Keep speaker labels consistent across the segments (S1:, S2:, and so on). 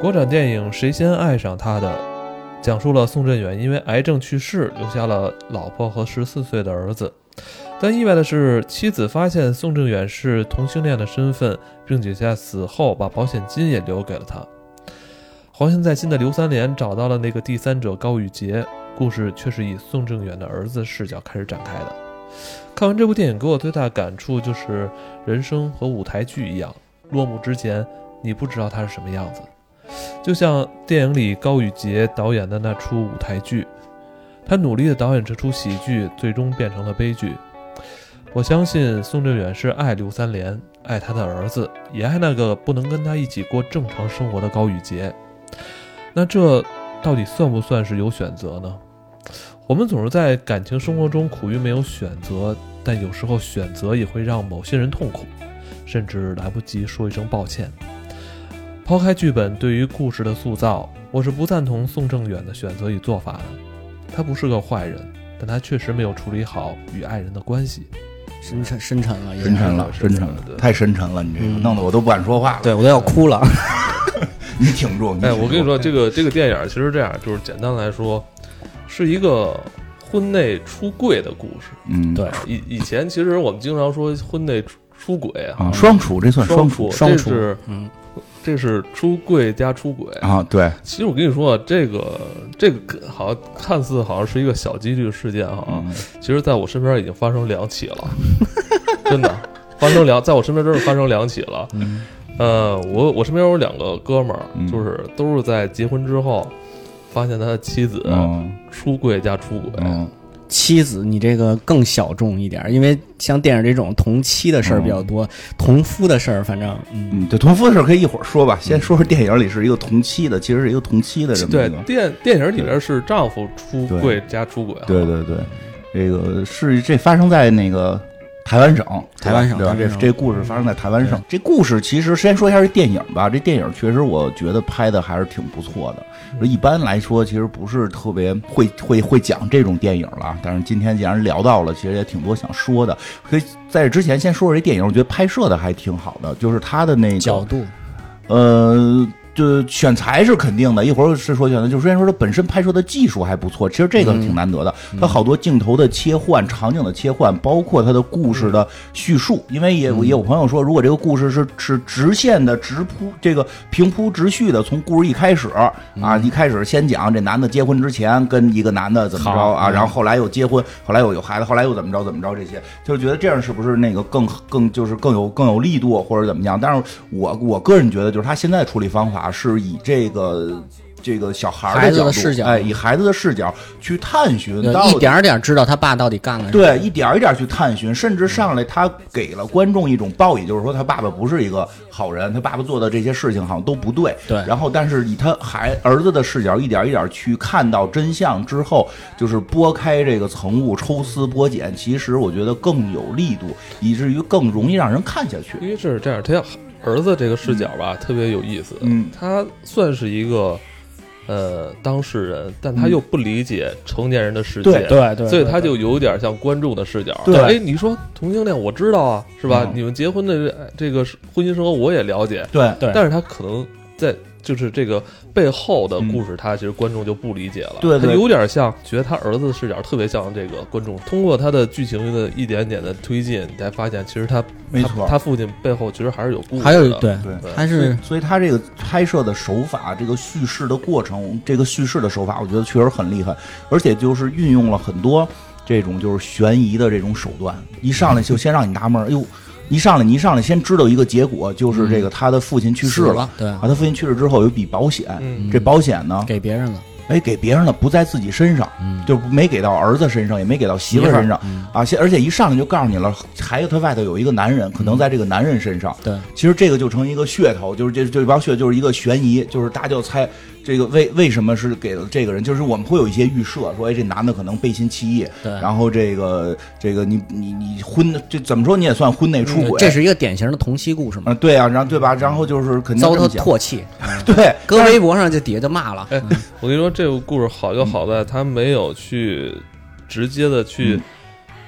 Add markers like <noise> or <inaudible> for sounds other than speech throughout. S1: 国产电影《谁先爱上他的》讲述了宋振远因为癌症去世，留下了老婆和十四岁的儿子。但意外的是，妻子发现宋振远是同性恋的身份，并且在死后把保险金也留给了他。黄兴在新的刘三连找到了那个第三者高宇杰，故事却是以宋振远的儿子视角开始展开的。看完这部电影，给我最大的感触就是，人生和舞台剧一样，落幕之前你不知道它是什么样子。就像电影里高宇杰导演的那出舞台剧，他努力的导演这出喜剧，最终变成了悲剧。我相信宋振远是爱刘三连，爱他的儿子，也爱那个不能跟他一起过正常生活的高宇杰。那这到底算不算是有选择呢？我们总是在感情生活中苦于没有选择，但有时候选择也会让某些人痛苦，甚至来不及说一声抱歉。抛开剧本对于故事的塑造，我是不赞同宋正远的选择与做法的。他不是个坏人，但他确实没有处理好与爱人的关系。
S2: 深沉深沉了，有点
S3: 深沉了，深沉了
S1: 对，
S3: 太深沉了，你这个
S2: 嗯
S3: 弄得我都不敢说话了。
S2: 对我都要哭了。
S3: 你挺住，
S1: 哎，
S3: 挺
S1: 我跟你
S3: 住
S1: 说，这个这个电影儿其实这样，就是简单来说，是一个婚内出柜的故事。
S3: 嗯，
S2: 对
S1: 以以前其实我们经常说婚内出出轨
S3: 啊，双处这算
S1: 双
S3: 处
S1: 这
S2: 双处
S1: 是
S2: 嗯，
S1: 这是出柜加出轨。
S3: 啊，对，
S1: 其实我跟你说，这个这个好像看似好像是一个小几率事件哈，
S3: 嗯
S1: 其实在我身边已经发生两起了， <laughs> 真的发生两，在我身边真是发生两起了。
S2: 嗯
S1: 呃，我我身边有两个哥们儿，
S3: 嗯
S1: 就是都是在结婚之后，发现他的妻子
S3: 嗯
S1: 出柜加出轨，
S3: 嗯，
S2: 妻子，你这个更小众一点儿，因为像电影这种同妻的事儿比较多，同夫的事儿，反正嗯，
S3: 嗯，对，同夫的事儿可以一会儿说吧，先说说电影里是一个同妻的，其实是一个同妻的这么
S1: 嗯对
S3: 一个，，
S1: 电电影里边是丈夫出
S3: 对
S1: 柜加出
S2: 啊
S1: 轨，啊
S3: 对，对对，这个是这发生在那个台湾省，
S2: 台湾省
S3: 对吧？
S2: 台
S3: 这
S2: 湾省
S3: 这故事发生在台湾省。这故事其实先说一下这电影吧，这电影确实我觉得拍的还是挺不错的。一般来说，其实不是特别会会会讲这种电影了，但是今天既然聊到了，其实也挺多想说的。所以在这之前，先说说这电影，我觉得拍摄的还挺好的，就是它的那个
S2: 角度
S3: 呃，就选材是肯定的，一会儿是说选材，就是先说它本身拍摄的技术还不错，其实这个挺难得的。它好多镜头的切换、场景的切换，包括它的故事的叙述，因为也也有朋友说，如果这个故事是是直线的、直铺这个平铺直叙的，从故事一开始啊，
S2: 嗯
S3: 一开始先讲这男的结婚之前跟一个男的怎么着
S2: 好嗯
S3: 啊，然后后来又结婚，后来又有孩子，后来又怎么着怎么着这些，就是觉得这样是不是那个更更就是更有更有力度或者怎么样？但是我我个人觉得，就是他现在处理方法是以这个。这个小孩儿
S2: 孩子
S3: 角
S2: 的
S3: 度，
S2: 视角呃
S3: 哎，以孩子的视角去探寻到
S2: 一
S3: 底
S2: 点儿点儿知道他爸到底干了什么。
S3: 对，一点儿一点儿去探寻，甚至上来他给了观众一种报以，就是说他爸爸不是一个好人，他爸爸做的这些事情好像都不对。
S2: 对
S3: 然后但是以他孩儿子的视角，一点儿一点儿去看到真相之后，就是拨开这个层雾，抽丝剥茧，其实我觉得更有力度，以至于更容易让人看下去。
S1: 因为这是这样，他儿子这个视角吧，特别有意思，
S3: 嗯
S1: 他算是一个呃当事人，但他又不理解成年人的世界，
S3: 嗯对
S2: 对对
S1: 所以他就有点像观众的视角。
S3: 对
S1: 哎，你说同性恋，我知道啊，是吧？
S3: 嗯
S1: 你们结婚的哎这个婚姻生活我也了解，
S3: 对
S2: 对
S1: 但是他可能在就是这个背后
S3: 嗯
S1: 的故事，他其实观众就不理解了。
S3: 对对
S1: 他有点像，觉得他儿子的视角特别像这个观众。通过他的剧情的一点点的推进，你才发现其实他
S3: 没错
S1: 他他父亲背后其实还是有故事的。
S2: 还有对
S3: 对
S2: 还
S3: 所以
S2: 是，
S3: 所以他这个拍摄的手法、这个叙事的过程、这个叙事的手法，我觉得确实很厉害，而且就是运用了很多这种就是悬疑的这种手段，一上来就先让你纳闷儿，哎呦，一上来你一上来先知道一个结果，就是这个他的父亲去
S2: 死
S3: 世了
S2: 了，对
S3: 啊，他父亲去世之后有一笔保险，
S1: 嗯
S3: 这保险呢，
S2: 给别人了，
S3: 哎给别人了，不在自己身上，
S2: 嗯，
S3: 就没给到儿子身上，也没给到媳妇儿身上。
S2: 嗯
S3: 啊，先而且一上来就告诉你了，还有他外头有一个男人，可能在这个男人身上，
S2: 嗯对，
S3: 其实这个就成一个噱头，就是这这帮噱就是一个悬疑，就是大家就猜这个为为什么是给了这个人，就是我们会有一些预设，说哎这男的可能背信弃义，
S2: 对
S3: 然后这个这个你你你婚这怎么说你也算婚内哎出轨，
S2: 这是一个典型的同妻故事嘛，
S3: 啊对啊，然后对吧？然后就是肯定
S2: 遭
S3: 这么
S2: 他
S3: 讲
S2: 唾弃，
S3: 对，
S2: 搁微博上就底下就骂了，
S3: 嗯
S1: 哎，
S3: 嗯
S1: 我跟你说，这个故事好就好在他没有去直接的去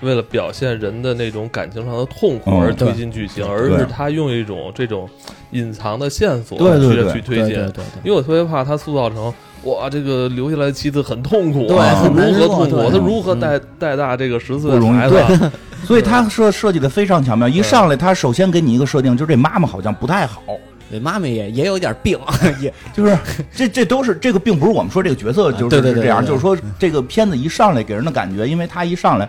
S1: 为了表现人的那种感情上的痛苦
S3: 嗯
S1: 而推
S2: 对
S1: 进剧情，
S2: 对
S1: 而是他用一种这种隐藏的线索
S3: 对对
S1: 去
S3: 对
S1: 去推
S2: 对对
S1: 进。
S2: 对
S1: 因为我特别怕他塑造成哇，这个留下来的妻子很痛苦啊，
S2: 对很难
S1: 如何
S2: 受
S1: 痛苦，
S2: 对
S1: 他如何带带大这个十岁
S3: 嗯不
S1: 的
S3: 容易
S1: 孩子啊，
S3: 所以他设设计的非常巧妙。一上来，他首先给你一个设定，就是这妈妈好像不太好，
S2: 对，妈妈也也有点病，也
S3: 就是 <laughs> 这这都是这个，并不是我们说这个角色
S2: 啊
S3: 就
S2: 对
S3: 是
S2: 对对
S3: 这样，
S2: 对对
S3: 就是说这个片子一上来给人的感觉，因为他一上来。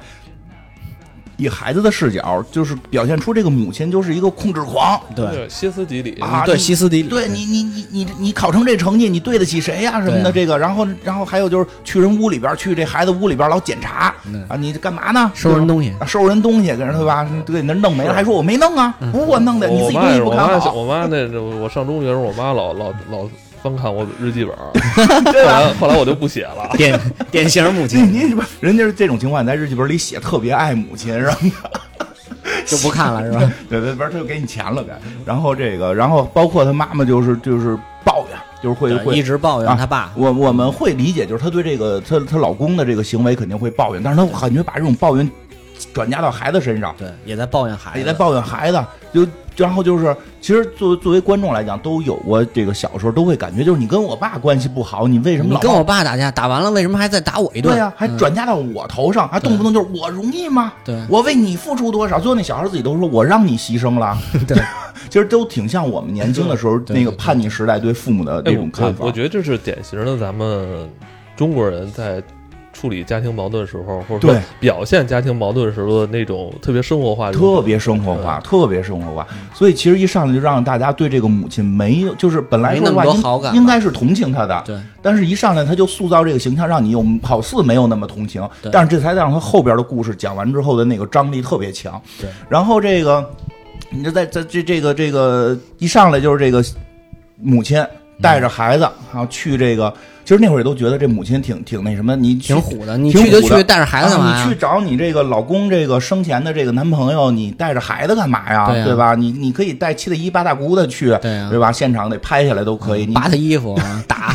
S3: 以孩子的视角，就是表现出这个母亲就是一个控制狂，
S2: 对
S1: 歇斯底里
S3: 啊
S2: 对
S3: 你
S2: 歇斯底里，
S3: 对你，你你你你考成这成绩，你对得起谁呀、什么
S2: 对
S3: 的
S2: 啊
S3: 这个，然后然后还有就是去人屋里边儿，去这孩子屋里边儿老检查
S2: 嗯
S3: 啊，你干嘛呢？
S2: 收人东西
S3: 对吧啊收拾人东西，给人对吧？对，那弄没了，还说我没弄啊，不是我弄的，你自
S1: 我
S3: 己
S1: 妈
S3: 东
S1: 也
S3: 西
S1: 是，
S3: 不
S1: 我
S3: 看
S1: 妈是
S3: 好，
S1: 我妈那我上中学的时候，我妈老老老翻看我日记本儿，后
S3: <laughs>
S1: 来后来我就不写了。
S2: 典典型母
S3: <laughs> 你
S2: 亲
S3: 你人家是这种情况，你在日记本里写特别爱母亲，然后
S2: 就不看了是吧？
S3: 对对，不是他就给你钱了，该。然后这个，然后包括他妈妈就是就是抱怨，就是会
S2: 对
S3: 会啊
S2: 一直抱怨他爸，
S3: 我我们会理解，就是她对这个她她老公的这个行为肯定会抱怨，但是她感觉把这种抱怨转嫁到孩子身上，
S2: 对，也在抱怨孩子，
S3: 也在抱怨孩子，就然后就是，其实作为作为观众来讲，都有过这个小时候都会感觉，就是你跟我爸关系不好，你为什么
S2: 你
S3: 老
S2: 跟我爸打架，打完了为什么还在打我一顿？
S3: 对呀、还
S2: 嗯
S3: 转嫁到我头上，还动不动就是我容易吗？
S2: 对
S3: 我为你付出多少？最后那小孩自己都说我让你牺
S1: <laughs>
S3: 牲了， <laughs>
S2: 对，
S3: 其实都挺像我们年轻的时候
S2: 对对
S3: 那个叛逆时代对父母的
S1: 哎
S3: 那种看法。
S1: 我我觉得这是典型的咱们中国人在处理家庭矛盾的时候，或者说
S3: 对
S1: 表现家庭矛盾的时候的那种特别生活化的东西、
S3: 特别生活化，
S1: 嗯
S3: 特别生活化。所以其实一上来就让大家对这个母亲没有，就是本来
S2: 没
S3: 说
S2: 那
S3: 实
S2: 么
S3: 话
S2: 多
S3: 应
S2: 好感
S3: 应
S2: 吧
S3: 该是同情她的，
S2: 对
S3: 但是一上来他就塑造这个形象，让你有好似没有那么同情
S2: 对，
S3: 但是这才让他后边的故事讲完之后的那个张力特别强。
S2: 对，
S3: 然后这个你就在在这这个这个一上来就是这个母亲带着孩子，然后去这个，其实那会儿也都觉得这母亲挺挺那什么，你去
S2: 挺虎的，你
S3: 挺
S2: 去就
S3: 虎的
S2: 去，带着孩子干嘛
S3: 啊
S2: 呀
S3: 你去？找你这个老公这个生前的这个男朋友，你带着孩子干嘛呀？
S2: 对
S3: 对
S2: 呀
S3: 吧？你你可以带七大姨八大姑的去，
S2: 对呀
S3: 对吧？现场得拍下来都可以。你
S2: 扒他衣服啊打，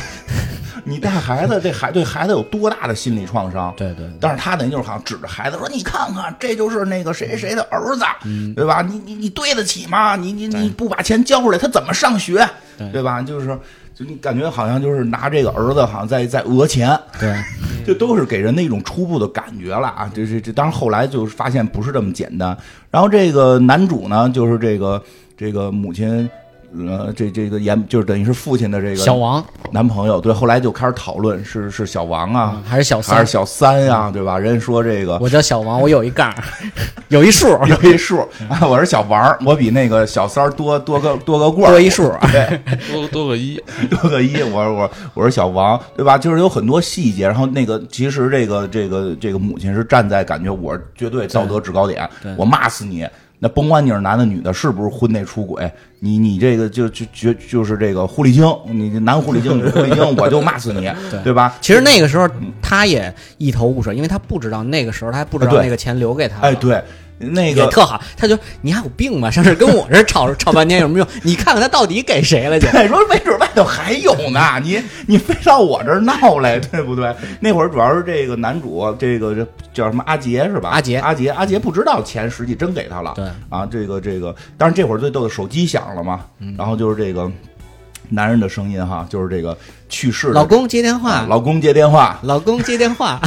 S3: 你带孩子，这孩对孩子有多大的心理创伤？
S2: 对对对
S3: 但是他等于就是好像指着孩子说：“你看看，这就是那个谁谁谁的儿子，
S2: 嗯
S3: 对吧？你你你对得起吗？你你你不把钱交出来，他怎么上学？
S2: 对
S3: 对吧？就是就你感觉好像就是拿这个儿子，好像在在讹钱，
S2: 对，
S3: 这都是给人的一种初步的感觉了啊！这这这，当然后来就是发现不是这么简单。然后这个男主呢，就是这个这个母亲，呃，这这个演就是等于是父亲 <laughs> 的这
S2: 小
S3: 个
S2: 王
S3: 男朋友，对，后来就开始讨论是是小王啊，
S2: 还是小
S3: 还
S2: 三
S3: 是，小三嗯呀、对吧？人家说这个
S2: 我叫小王，我有一杠， <laughs> 有一数，
S3: 有一数啊，我是小王儿，我比那个小三儿多多个多个棍儿
S2: 多，一数，啊
S3: 对，
S1: 多多个
S3: <laughs>
S1: 一，
S3: 多个一，我我我是小王，对吧？就是有很多细节，然后那个其实这个这个这个母亲是站在感觉我绝对道德制高点
S2: 对，
S3: 我骂死你。那甭管你是男的女的，是不是婚内出轨，你你这个就就就就是这个狐狸精，你你男狐狸精女狐狸精，我就骂死你，
S2: 对
S3: 对吧？
S2: 其实那个时候他也一头雾水，因为他不知道那个时候他还不知
S3: 啊
S2: 道
S3: 对
S2: 那个钱留给他了。
S3: 哎，对，那
S2: 也
S3: 个
S2: 特好，他就你还有病吧？上次跟我这儿吵吵半天有什么用？你看看他到底给谁
S3: <laughs>
S2: 了就？
S3: 对，说没准外头还有呢，你你非到我这儿闹来，对不对？那会儿主要是这个男主，这个这叫什么阿杰是吧？
S2: 阿杰
S3: 阿杰，阿杰不知道钱实际真给他了。
S2: 对
S3: 啊，这个这个，当然这会儿最逗的手机响了嘛，
S2: 嗯
S3: 然后就是这个男人的声音哈，就是这个去世的
S2: 老公接电
S3: 啊
S2: 话，
S3: 老公接电话，
S2: 老公接电
S3: <laughs>
S2: 话，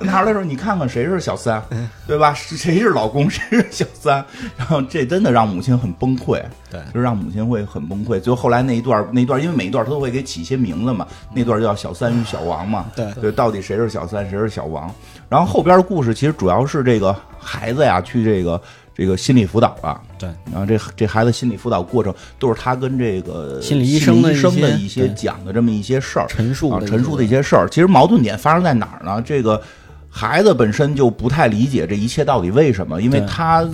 S3: 拿出来的时候，你看看谁是小三，
S2: 嗯
S3: <laughs> 对吧？是谁是老公，谁 <laughs> 是小三？然后这真的让母亲很崩溃，
S2: 对
S3: 就是让母亲会很崩溃。就后来那一段，那一段，因为每一段他都会给起一些名字嘛，那段叫小三与小王嘛，
S2: 对
S3: 对，到底谁是小三，谁是小王？然后后边的故事其实主要是这个孩子呀，去这个这个心理辅导了。
S2: 对，
S3: 然后这这孩子心理辅导过程都是他跟这个
S2: 心理医
S3: 医
S2: 生的一
S3: 生的
S2: 些
S3: 一些
S2: 对
S3: 讲的这么一些事儿，
S2: 陈述
S3: 啊
S2: 的一
S3: 陈
S2: 些
S3: 述的一些事儿。其实矛盾点发生在哪儿呢？这个孩子本身就不太理解这一切到底为什么，因为
S2: 对
S3: 他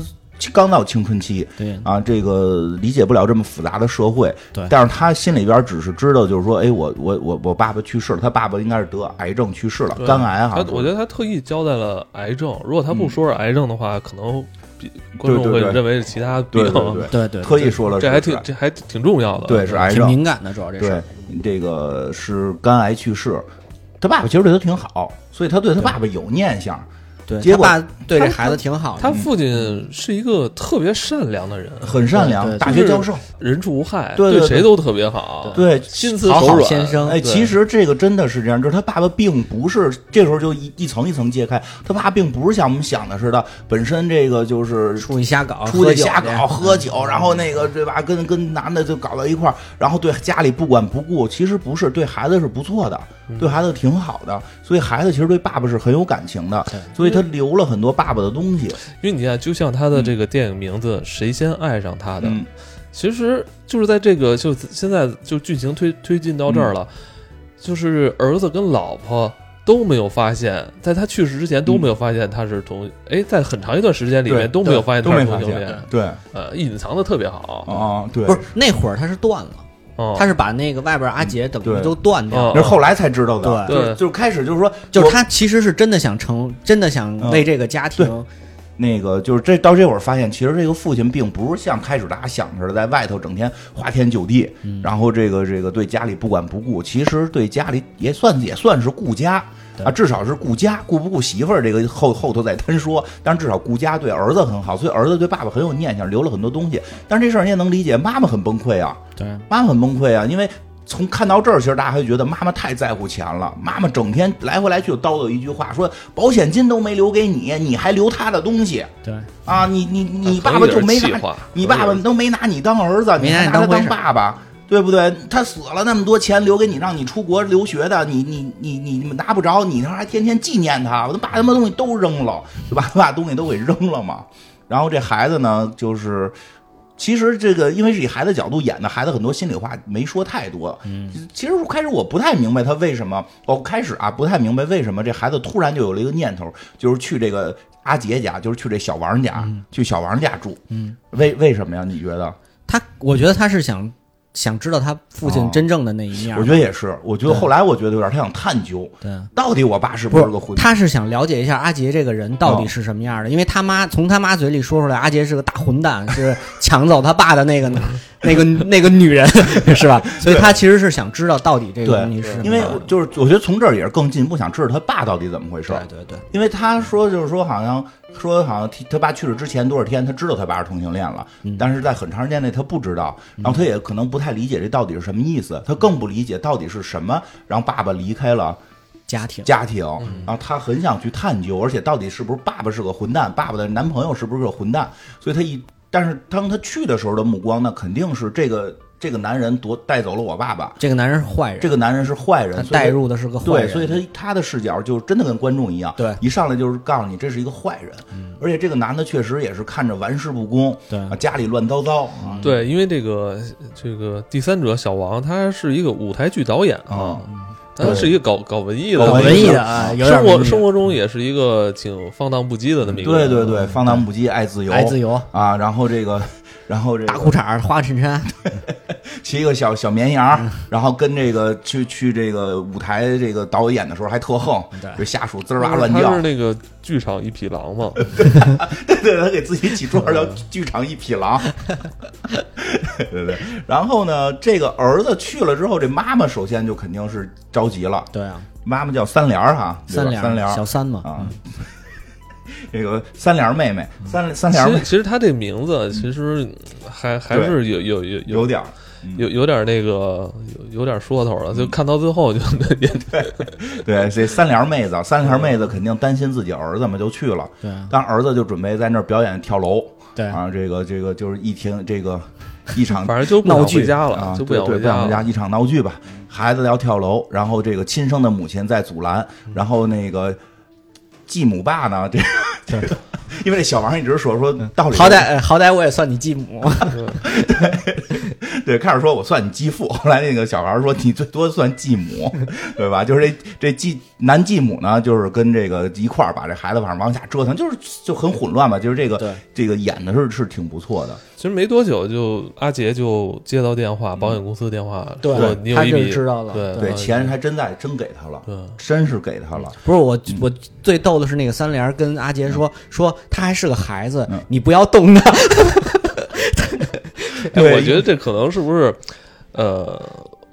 S3: 刚到青春期。
S2: 对
S3: 啊，这个理解不了这么复杂的社会，
S2: 对
S3: 但是他心里边只是知道，就是说，哎，我我我我爸爸去世了，他爸爸应该是得癌症去世了，
S1: 对
S3: 肝癌啊
S1: 他
S3: 哈。
S1: 我觉得他特意交代了癌症，如果他不说是癌症的话，可能比观众
S3: 嗯对
S1: 会
S3: 对对
S1: 认为是其他病
S3: 对。对
S2: 对对，
S3: 特意说了，
S1: 这还挺这还挺重要的。
S3: 对是癌
S2: 挺
S3: 症，
S2: 敏感的，主要这事
S3: 对
S2: 儿。，
S3: 这个是肝癌去世，他爸爸其实对他挺好，所以他对他爸爸有念想。
S2: 对，
S3: 结
S2: 他
S3: 果
S2: 爸对这孩子挺好的，
S1: 他父亲是一个特别善良的人，
S3: 很善
S2: 对
S3: 良，
S2: 对
S1: 就
S3: 大
S1: 是
S3: 学教授。
S1: 仁畜无害，
S3: 对对对
S1: 谁都特别好，
S3: 对
S1: 心慈
S2: 好
S1: 手
S2: 好
S1: 软。
S2: 先生
S3: 哎，
S1: 对
S3: 其实这个真的是这样，就是他爸爸并不是这时候就一一层一层揭开，他爸并不是像我们想的似的，本身这个就是
S2: 出去瞎搞，
S3: 出
S2: 啊喝
S3: 去
S2: 酒
S3: 瞎
S2: 去嗯
S3: 搞，喝酒，然后那个对吧，跟跟男的就搞到一块儿，然后对家里不管不顾，其实不是，对孩子是不错的，
S2: 嗯
S3: 对孩子挺好的，所以孩子其实对爸爸是很有感情的，所以他留了很多爸爸的东西。
S1: 因为你看，就像他的这个电影名字《谁先爱上他的》，
S3: 嗯，
S1: 其实就是在这个就现在就剧情推推进到这儿
S3: 嗯
S1: 了，就是儿子跟老婆都没有发现，在他去世之前都没有发现他是同，哎、在很长一段时间里
S3: 嗯对
S1: 面都没有发现
S3: 都
S1: 他
S3: 没
S1: 是
S3: 发
S1: 同性
S3: 现嗯
S1: 恋，，
S3: 对，
S1: 呃，隐藏的特别好。
S3: 啊，对
S2: 哦不，是那会儿他是断了，
S1: 哦、
S2: 他是把那个外边阿杰等于
S3: 嗯对
S2: 都断掉
S1: 哦
S2: 了。
S3: 那是后来才知道的，
S1: 对
S3: 就是就是开始就是说，
S2: 就是他其实是真的想成，真的想
S3: 嗯
S2: 为这个家庭，
S3: 那个就是这到这会儿发现，其实这个父亲并不是像开始大家想似的，在外头整天花天酒地，然后这个这个对家里不管不顾，其实对家里也算也算是顾家
S2: 对
S3: 啊，至少是顾家，顾不顾媳妇儿这个后后头再单说，但至少顾家对儿子很好，所以儿子对爸爸很有念想，留了很多东西。但是这事儿你也能理解，妈妈很崩溃啊，
S2: 对，
S3: 妈妈很崩溃啊，因为从看到这儿，其实大家还觉得妈妈太在乎钱了，妈妈整天来回来去叨叨一句话，说保险金都没留给你，你还留他的东西
S2: 对，
S3: 啊？你你你
S1: 他
S3: 爸
S1: 可能
S3: 爸
S1: 有点
S3: 就没
S1: 气
S3: 拿
S1: 话，
S3: 你
S1: 可能
S3: 爸
S1: 有
S3: 爸
S1: 点
S3: 都没拿你当儿子，
S2: 没
S3: 你
S2: 拿你
S3: 还拿他
S2: 当回
S3: 当
S2: 事儿
S3: 爸爸，对不对？他死了那么多钱留给你，让你出国留学的，你你你你你拿不着，你那还天天纪念他，我都把他妈东西都扔了， <laughs> 对吧？把东西都给扔了嘛。然后这孩子呢，就是。其实这个，因为是以孩子角度演的，孩子很多心里话没说太多。嗯，其实我开始我不太明白他为什么，我开始啊不太明白为什么这孩子突然就有了一个念头，就是去这个阿杰家，就是去这小王家，去小王家住。
S2: 嗯，
S3: 为为什么呀？你觉得？
S2: 他我觉得他是想想知道他父亲真正的那一面，
S3: 哦我觉得也是，我觉得
S2: 对
S3: 后来我觉得有点，他想探究
S2: 对。
S3: 到底我爸是不
S2: 不
S3: 是个混哦
S2: 是，他是想了解一下阿杰这个人到底是什么样的，因为他妈从他妈嘴里说出来，阿杰是个大混蛋，是抢走他爸的
S3: <laughs>
S2: 那个那个那个女人， <laughs> 是吧？所以他其实是想知道到底这个
S3: 对
S2: 东西是什么
S3: 因为
S2: 样的
S3: 我就是我觉得从这儿也是更进一步想知道他爸到底怎么回事
S2: 对
S3: 儿，
S2: 对对，
S3: 因为他说就是说好像说好像他他爸去世之前多少天他知道他爸是同性恋了，
S2: 嗯
S3: 但是在很长时间内他不知道，然后他也可能不太理解这到底是什么意思，他更不理解到底是什么让爸爸离开了
S2: 家庭
S3: 家庭，
S2: 嗯
S3: 然后他很想去探究，而且到底是不是爸爸是个混蛋，爸爸的男朋友是不是个混蛋，所以他一，但是当他去的时候的目光呢，肯定是这个这个男人夺带走了我爸爸，
S2: 这个男人是坏人，
S3: 这个男人是坏人，
S2: 他
S3: 所以
S2: 带入的是个坏
S3: 对，
S2: 人，
S3: 所以他他的视角就真的跟观众一样，
S2: 对嗯
S3: 一上来就是告诉你这是一个坏人，而且这个男的确实也是看着玩世不恭，
S2: 对嗯
S3: 啊，家里乱糟糟啊，
S1: 对，因为这个这个第三者小王，他是一个舞台剧导演啊，
S3: 啊，
S2: 嗯
S1: 他是一个搞搞文艺的，
S3: 搞
S2: 文
S3: 艺
S2: 艺
S3: 的
S2: 的啊，有点
S1: 生活
S2: 文艺
S1: 生活中也是一个挺放荡不羁的那么一个
S3: 对
S1: 人。
S3: 对对，放荡不羁，爱自由，
S2: 嗯爱自由，
S3: 啊，然后这个， <laughs> 然后这个
S2: 大裤衩儿花衬衫，
S3: 骑一个小小绵羊，
S1: 嗯
S3: 然后跟这个去去这个舞台这个导演的时候还特横，
S2: 对
S3: 就下属滋儿
S1: 他
S3: 哇
S1: 是
S3: 乱
S1: 他
S3: 叫
S1: 是，那个剧场一匹狼
S3: <laughs>
S1: 嘛，
S3: 对 <laughs> 对，他给自己起绰号
S1: 嗯
S3: 叫剧场一匹狼， <laughs> 对对对。然后呢，这个儿子去了之后，这妈妈首先就肯定是着急了，
S2: 对啊，
S3: 妈妈叫三莲儿哈，对吧
S2: 三
S3: 三
S2: 连
S3: 莲
S2: 小
S3: 儿
S2: 三嘛，
S3: 啊， <laughs> 这个三莲儿妹妹，三三莲儿
S1: 其
S3: 妹
S1: 实其实他这名字其实还还是有有有
S3: 有
S1: 有
S3: 点儿。嗯
S1: 有有点那个有有点说头了，就看到最后就 <laughs> 也
S2: <laughs>
S3: 对，这三联妹子，三联妹子肯定担心自己儿子嘛，就去了。
S2: 对啊
S3: 当儿子就准备在那儿表演跳楼。
S2: 对
S3: 啊，这个这个就是一听这个一场
S1: <laughs> 反正就不想
S2: 闹剧
S1: 回家了
S3: 啊，，
S1: 就
S3: 对
S1: 想
S3: 对，
S1: 回
S3: 不想
S1: 家
S3: 回家，
S1: 了。
S3: 一场闹剧吧。孩子要跳楼，然后这个亲生的母亲在阻拦，
S2: 嗯
S3: 然后那个继母爸呢，这
S2: 对
S3: <laughs> 因为这小王一直说说道理，
S2: 好歹呃好歹我也算你继母，
S3: <laughs> 对，开始说我算你继父，后来那个小孩说你最多算继母， <laughs> 对吧？就是这这继男继母呢，就是跟这个一块儿把这孩子反正往下折腾，就是就很混乱吧。就是这
S2: 对
S3: 个这个演的是是挺不错的，
S1: 其实没多久就阿杰就接到电话，保险公司电话
S2: 对
S1: 说你有
S2: 嗯他
S1: 一
S2: 就
S1: 笔
S2: 知道了
S1: 对啊
S3: 对，钱还真在真给他了，
S1: 对
S3: 真是给他了。
S2: 不是我我
S3: 嗯
S2: 最逗的是那个三连跟阿杰说说他还是个孩子
S3: 嗯，
S2: 你不要动他，
S1: 哎，
S3: 对
S1: 我觉得这可能是不是，呃，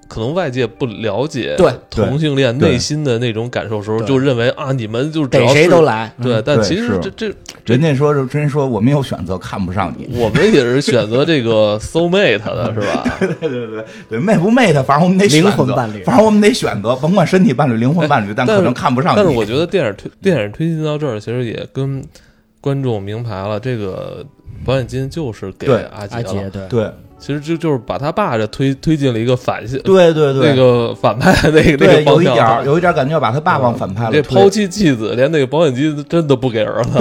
S1: 可能外界不了解
S2: 对 <laughs>
S1: 同性恋
S3: 对
S1: 内心的那种感受时候，
S2: 对
S1: 就认为啊，你们就只
S2: 逮
S1: 要
S2: 谁
S1: 是
S2: 都来，
S1: 对，但
S3: 对
S1: 其实这
S3: 是
S1: 这
S3: 人家说是，人家说我没有选择，看不上你。 <laughs>
S1: 我们也是选择这个 soul mate 的是吧？
S3: 对对对对，媚不媚的，反正我们得选择
S2: 灵魂伴侣
S3: 反正我们得选择，甭管身体伴侣、灵魂伴侣，但
S1: 哎但
S3: 可能
S1: 是
S3: 看不上你。
S1: 但是我觉得电影推电影推进到这儿，其实也跟观众明白了，这个保险金就是给
S3: 对
S1: 阿杰
S2: 阿杰
S1: 了。
S2: 对，
S3: 对
S1: 其实就就是把他爸这推推进了一个反向，
S3: 对对对，
S1: 那个反派的那个那
S3: 对
S1: 个
S3: 有
S1: 方
S3: 一
S1: 向
S3: 点
S1: 上
S3: 儿，。有一点儿感觉要把他爸往反派了
S1: 这
S3: 推。
S1: 嗯抛妻弃子，连那个保险金真的不给儿子。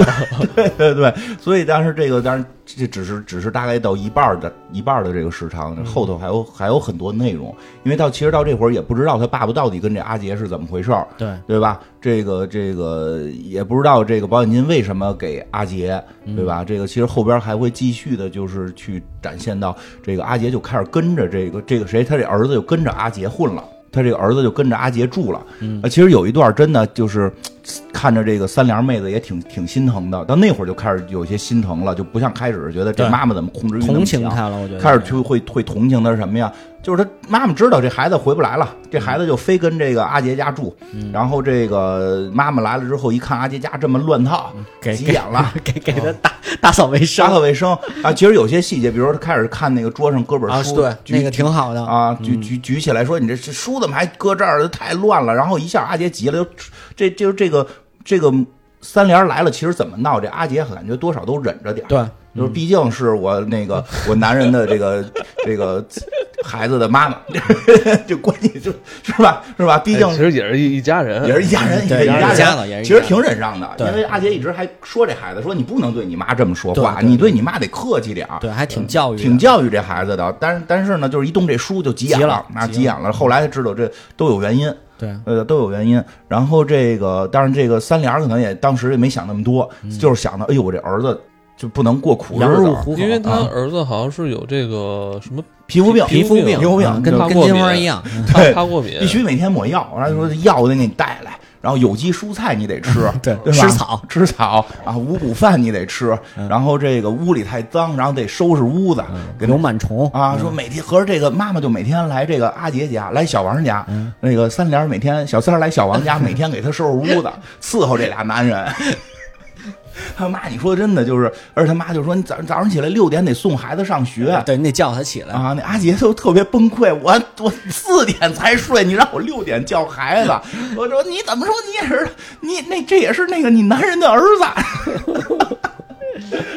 S3: 对对，所以当时这个当然这只是只是大概到一半儿的一半儿的这个时长，后头还有还有很多内容，因为到其实到这会儿也不知道他爸爸到底跟这阿杰是怎么回事儿，
S2: 对
S3: 对吧？这个这个也不知道这个保险金为什么给阿杰，对吧？
S2: 嗯
S3: 这个其实后边还会继续的，就是去展现到这个阿杰就开始跟着这个这个谁，他这儿子就跟着阿杰混了。他这个儿子就跟着阿杰住了，嗯，其实有一段真的就是看着这个三娘妹子也挺挺心疼的，到那会儿就开始有些心疼了，就不像开始觉得这
S2: 对
S3: 妈妈怎么控制欲那么
S2: 同情
S3: 强
S2: 他了，我觉得
S3: 开始就会会同情他是什么呀？就是他妈妈知道这孩子回不来了，这孩子就非跟这个阿杰家住。
S2: 嗯
S3: 然后这个妈妈来了之后，一看阿杰家这么乱套，
S2: 嗯给
S3: 急眼
S2: <laughs>
S3: 了，嗯
S2: 给给他打打扫卫生
S3: 打扫卫生啊。其实有些细节，比如说他开始看那个桌上搁本
S2: 啊，
S3: 书，
S2: 对，
S3: 举
S2: 那个挺好的，
S3: 啊，举举举起来说你这这书怎么还搁这儿？太乱了！然后一下阿杰急了，就这就是这个这个三连来了，其实怎么闹，这阿杰感觉多少都忍着点儿。
S2: 对，
S3: 就是毕竟是我那个我男人的这个 <laughs> 这个孩子的妈 <laughs> 妈，这关系就是吧是吧？ <laughs> 毕竟
S1: 哎其实也是一一家人，
S3: 也是一家人，
S2: 对
S3: 也是
S2: 也是一
S3: 家
S2: 家
S3: 人，
S2: 子也是一
S3: 其
S2: 家
S3: 实
S2: 子
S3: 挺忍让的，
S2: 对
S3: 因为阿杰一直还说这孩子说你不能对你妈这么说话，
S2: 对对
S3: 你对你妈得客气点儿，
S2: 对，还啊挺教育的，
S3: 嗯挺教育这孩子的。但是但是呢，就是一动这书就急眼
S2: 急了
S3: 啊
S2: 急
S3: 急眼了。后来才知道这都有原因，
S2: 对，
S3: 呃，都有原因。然后这个，当然这个三联儿可能也当时也没想那么多，就是想到，哎呦，我这儿子就不能过苦
S2: 嗯
S3: 日
S2: 羊入
S3: 子，
S2: 虎口，
S1: 因为他
S2: 啊
S1: 儿子好像是有这个什么
S3: 皮肤病，
S2: 皮肤病，
S3: 皮肤病
S2: 啊跟
S3: 就
S2: 跟金花一样，
S3: 嗯
S1: 他他过敏，
S3: 必须每天抹药。然后说药得给你带来，然后有机蔬菜你得吃，
S2: 嗯对
S3: 对吧
S2: 吃草，嗯
S3: 吃草啊，五谷饭你得吃，然后这个屋里太脏，然后得收拾屋子，给
S2: 有螨虫，
S3: 啊，说每天合着这个妈妈就每天来这个阿杰家，来小王家，那个三连每天小三儿来小王家，每天给他收拾屋子，伺候这俩男人。他妈，你说真的就是，而且他妈就说你早早上起来六点得送孩子上学
S2: 对你得叫他起来，
S3: 啊，那阿杰就特别崩溃，我我四点才睡，你让我六点叫孩子，我说你怎么说你也是你那这也是那个你男人的儿子。 <laughs>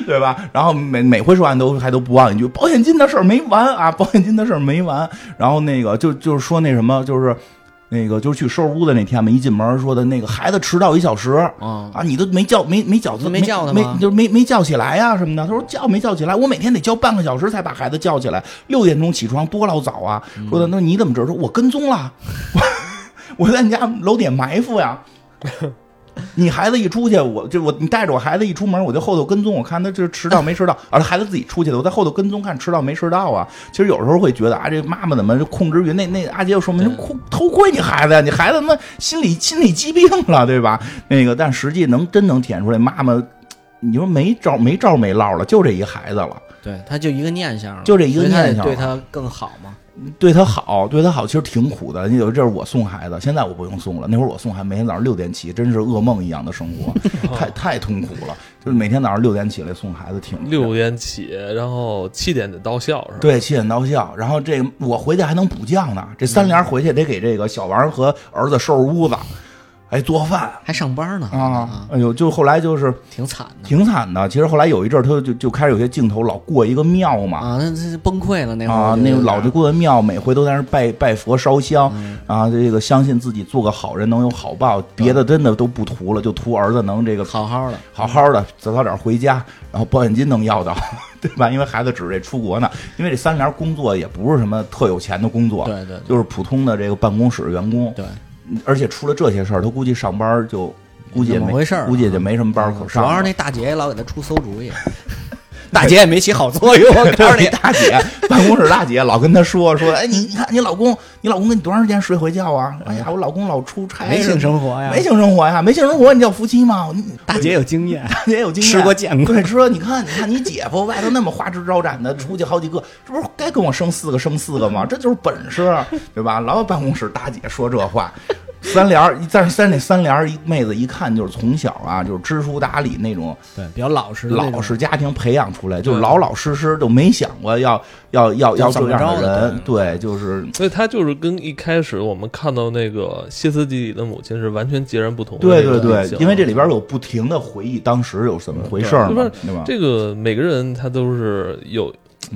S3: 对吧？然后每每回说完都还都不忘一句保险金的事儿没完啊，保险金的事儿没完。然后那个就就是说那什么，就是那个就是去收拾屋的那天嘛，一进门说的那个孩子迟到一小时
S2: 啊
S3: 啊，你都没叫没没叫
S2: 你没叫他
S3: 没
S2: 吗
S3: 就是没没叫起来呀、什么的。他说叫没叫起来，我每天得叫半个小时才把孩子叫起来，六点钟起床多老早啊。
S2: 嗯
S3: 说的那你怎么知道？说我跟踪了，我我在你家楼底下埋
S2: <laughs>
S3: 伏呀。你孩子一出去，我就我你带着我孩子一出门，我就后头跟踪，我看他这迟到没迟到，而孩子自己出去的，我在后头跟踪看迟到没迟到啊。其实有时候会觉得啊，这妈妈怎么控制欲？那那阿杰就说明控偷窥你孩子呀，你孩子他妈心理心理疾病了，对吧？那个，但实际能真能体现出来，妈妈，你说没招没招没落了，就这一孩子了，
S2: 对，他就一个念想，
S3: 就这一个
S2: 所以他得
S3: 念想
S2: 对他更好嘛，
S3: 对他好，对他好，其实挺苦的。你有这是我送孩子，现在我不用送了。那会儿我送孩子，每天早上六点起，真是噩梦一样的生活，太太痛苦了。就是每天早上六点起来送孩子，挺
S1: 六点起，然后七点得到校是吧？
S3: 对，七点到校，然后这个我回去还能补觉呢。这三连回去得给这个小王和儿子收拾屋子，还做饭
S2: 还上班呢
S3: 啊。，哎呦，就后来就是
S2: 挺惨的
S3: 挺惨的。其实后来有一阵儿，他就就开始有些镜头老过一个庙嘛，
S2: 啊，那这崩溃了那会儿
S3: 啊，
S2: 我觉得
S3: 那
S2: 有点
S3: 个
S2: 嗯
S3: 老的过的庙，每回都在那儿拜拜佛烧香、啊，这个相信自己做个好人能有好报，别的真的都不图了，就图儿子能这个
S2: 好好的，
S3: 好好的早早点回家，然后保险金能要到， <laughs> 对吧？因为孩子指着这出国呢，因为这三联工作也不是什么特有钱的工作，
S2: 对对对
S3: 就是普通的这个办公室员工，
S2: 对，
S3: 而且出了这些事儿，他估计上班就。估计也
S2: 怎么
S3: 没
S2: 回事儿啊
S3: <laughs> 估计也就没什么班儿可
S2: 主
S3: 上了。
S2: 要是那大姐也老给他出馊主意， <laughs> 大姐也没起好作
S3: <laughs>
S2: 用，我告诉你，
S3: 大姐， <laughs> 办公室大姐老跟他说说，哎，你你看你老公，你老公跟你多长时间睡回觉啊？哎呀，我老公老出差，
S2: 没性生活呀，
S3: 没性生活呀，没性生活，你叫夫妻吗？你
S2: 大姐有经验，
S3: <laughs> 大姐有经验，
S2: 吃过见过
S3: 对，吃过。你看，你看你姐夫外头那么花枝招展的，出去好几个，这不是该跟我生四个生四个吗？这就是本事，啊对吧？老有办公室大姐说这话。三联儿，但是三那三联儿一妹子一看就是从小啊，就是知书达理那种
S2: <laughs> 对，比较老实，
S3: 老实，家庭培养出来，就是老老实实，就没想过要要要要这样的人。对，就是
S1: 所以他就是跟一开始我们看到那个歇斯底里的母亲是完全截然不同的
S3: 对
S1: 那
S3: 对
S1: 种类
S3: 对
S1: 型。，
S3: 因为这里边有不停的回忆当时有怎么回事儿
S1: 就
S3: 嘛
S1: 是，
S3: 对吧？嗯
S1: 这个每个人他都是有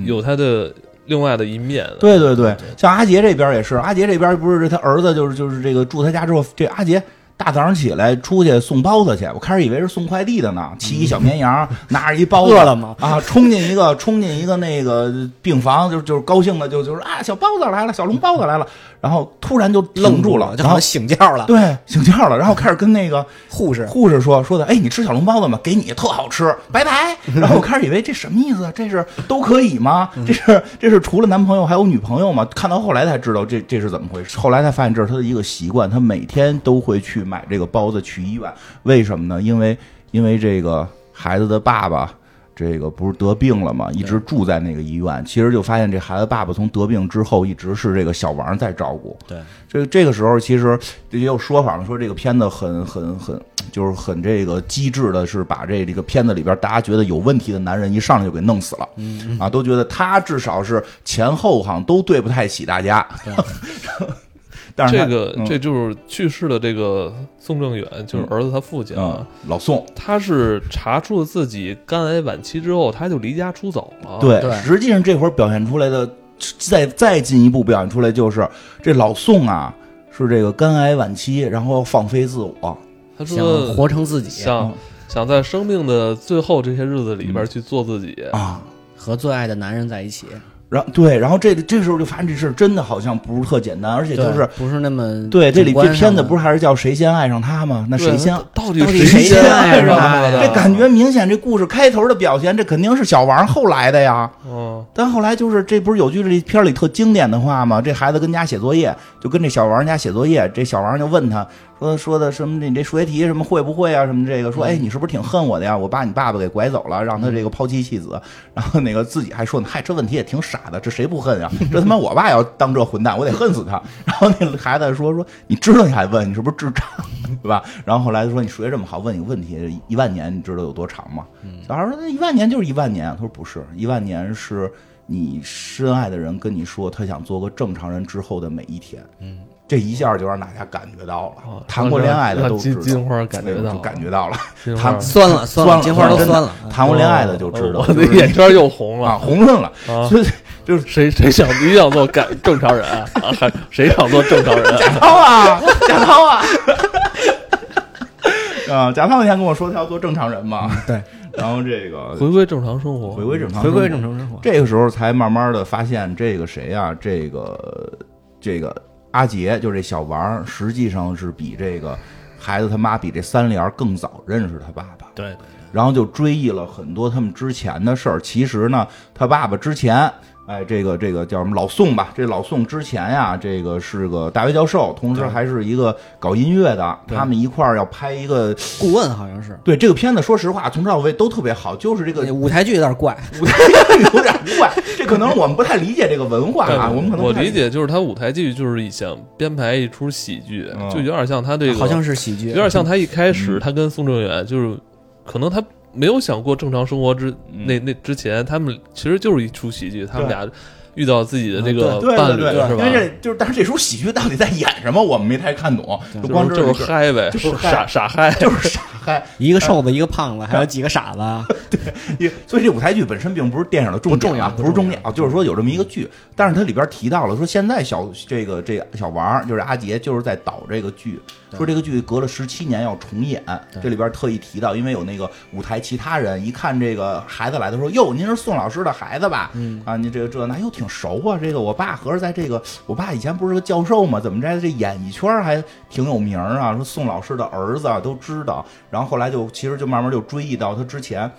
S1: 有他的另外的一面的。
S3: 对对对，像阿杰这边也是，阿杰这边不是他儿子就是就是这个住他家之后，这阿杰。大早上起来出去送包子去，我开始以为是送快递的呢，骑一小绵羊，拿着一包子，
S2: 饿了吗？
S3: 啊，冲进一个冲进一个那个病房，就就是高兴的就就是啊，小包子来了，小笼包子来了，然后突然就
S2: 愣
S3: 愣住了
S2: 了，，就
S3: 然
S2: 好像
S3: 后
S2: 醒觉了。
S3: 对醒觉了，然后开始跟那个
S2: 护士
S3: 护士说说的，哎，你吃小笼包子吗？给你特好吃，拜拜。然后我开始以为这什么意思？这是都可以吗？这是这是除了男朋友还有女朋友吗？看到后来才知道这这是怎么回事。后来才发现这是他的一个习惯，他每天都会去买这个包子去医院。为什么呢？因为因为这个孩子的爸爸。这个不是得病了吗？一直住在那个医院，其实就发现这孩子爸爸从得病之后，一直是这个小王在照顾。
S2: 对，
S3: 这这个时候其实也有说法了，说这个片子很很很，就是很这个机智的，是把这这个片子里边大家觉得有问题的男人一上来就给弄死了，
S1: 嗯
S3: 啊，都觉得他至少是前后好像都对不太起大家， <laughs> 但是他
S1: 这个
S3: 嗯
S1: 这就是去世的这个宋正远，就是儿子他父亲啊
S3: 嗯，老宋。
S1: 他是查出了自己肝癌晚期之后，他就离家出走了。
S3: 对，
S2: 对
S3: 实际上这会儿表现出来的，再再进一步表现出来就是这老宋啊，是这个肝癌晚期，然后放飞自我，啊
S1: 他
S2: 想
S1: 说
S2: 活成自己，
S1: 想
S3: 嗯
S1: 想在生命的最后这些日子里边去做自己。
S3: 啊，
S2: 和最爱的男人在一起，
S3: 然后对，然后这这时候就发现这事儿真的好像不是特简单，而且就
S2: 对
S3: 是
S2: 不是那么
S3: 对这里
S2: 主观
S3: 这片子
S2: 上的
S3: 不是还是叫谁先爱上他吗？那
S1: 对
S3: 谁先
S1: 他？到底
S2: 到底
S1: 谁
S2: 谁
S1: 先
S2: 先
S1: 爱
S2: 爱
S1: 上
S2: 上
S1: 他
S2: 他呀
S1: 的？
S3: 这感觉明显，这故事开头的表现，这肯定是小王后来的呀。
S1: 嗯，
S3: 但后来就是，这不是有句这片儿里特经典的话吗？这孩子跟家写作业，就跟这小王家写作业，这小王就问他说说的什么，你这数学题什么会不会啊？什么这个说，哎，你是不是挺恨我的呀？我把你爸爸给拐走了，让他这个抛妻弃子。然后那个自己还说呢，嗨，这问题也挺傻的，这谁不恨呀？啊 <laughs> 这他妈我爸要当这混蛋，我得恨死他。 <laughs> 然后那孩子说说，你知道你还问，你是不是智障，对吧？然后后来就说你数学这么好，问你个问题，一万年你知道有多长吗？
S1: 嗯
S3: 小孩说那一万年就是一万年啊，他说不是，一万年是你深爱的人跟你说他想做个正常人之后的每一天，嗯，这一下就让大家感觉到了，
S1: 哦
S3: 谈过恋爱的
S1: 让
S3: 都知
S1: 金
S3: 道，
S1: 金花感觉到
S3: 哎呦就感觉到了，
S1: 金花
S3: 谈
S2: 酸
S3: <laughs>
S2: 了酸了，金花都
S3: 真的
S2: 酸了。
S3: 谈过恋爱哦的就知道，
S1: 哦我
S3: 就
S1: 的
S3: 是
S1: 眼圈又红
S3: 啊
S1: 了。
S3: 红润了，
S1: 啊
S3: 所以就是
S1: 谁谁想你想做干正常人啊？还谁想做正常人啊？
S3: 贾涛 <laughs> 啊，贾涛啊，啊，贾涛那天跟我说他要做正常人嘛，
S2: 对，
S3: <laughs> 然后这
S1: <laughs> 嗯 <laughs>
S3: 个
S1: 回归正常生活，
S3: 回归正常，
S2: 回归正。常生活，
S3: 这个时候才慢慢的发现，这个谁啊，这个这个阿杰，就这小王儿，实际上是比这个孩子他妈比这三联儿更早认识他爸爸。
S2: 对，
S3: 然后就追忆了很多他们之前的事儿。其实呢，他爸爸之前，哎，这个这个叫什么老宋吧？这老宋之前呀，这个是个大学教授，同时还是一个搞音乐的。他们一块儿要拍一个，
S2: 顾问好像是
S3: 对这个片子，说实话，从头到尾都特别好，就是这个
S2: 那舞台剧有点怪，
S3: 舞台有点怪。这可能我们不太理解这个文化啊，
S1: 对
S3: 我们可能
S1: 我
S3: 不太
S1: 理。解就是他舞台剧就是想编排一出喜剧，
S3: 嗯
S1: 就有点像他这个，
S2: 好像是喜剧，
S1: 有点像他一开始他跟宋正远就是，可能他没有想过正常生活之
S3: 嗯
S1: 那那之前，他们其实就是一出喜剧，他们俩遇到自己的这个
S2: 嗯
S3: 对
S1: 伴
S3: 对
S1: 侣
S3: 对，
S1: 是
S3: 因为
S1: 吧？
S3: 这就是，但是这出喜剧到底在演什么，我们没太看懂，就光知
S1: 就
S3: 道
S1: 是
S3: 这
S1: 就是嗨呗，
S3: 就是嗨
S1: 傻傻嗨，
S3: 就是傻嗨。
S2: 一个瘦子，一个胖子，还有几个傻子，
S1: <laughs>
S3: <laughs> 也所以这舞台剧本身并不是电影的重点啊，
S2: 不重要
S3: 不是重点啊，就是说有这么一个剧，但是它里边提到了说现在小这个这个小王儿就是阿杰就是在导这个剧，说这个剧隔了十七年要重演，这里边特意提到，因为有那个舞台其他人一看这个孩子来的时候，哟，您是宋老师的孩子吧？嗯啊，您这个这那又挺熟啊，这个我爸合着在这个我爸以前不是个教授嘛，怎么着这演艺圈还挺有名儿啊？说宋老师的儿子啊都知道，然后后来就其实就慢慢就追忆到他之前。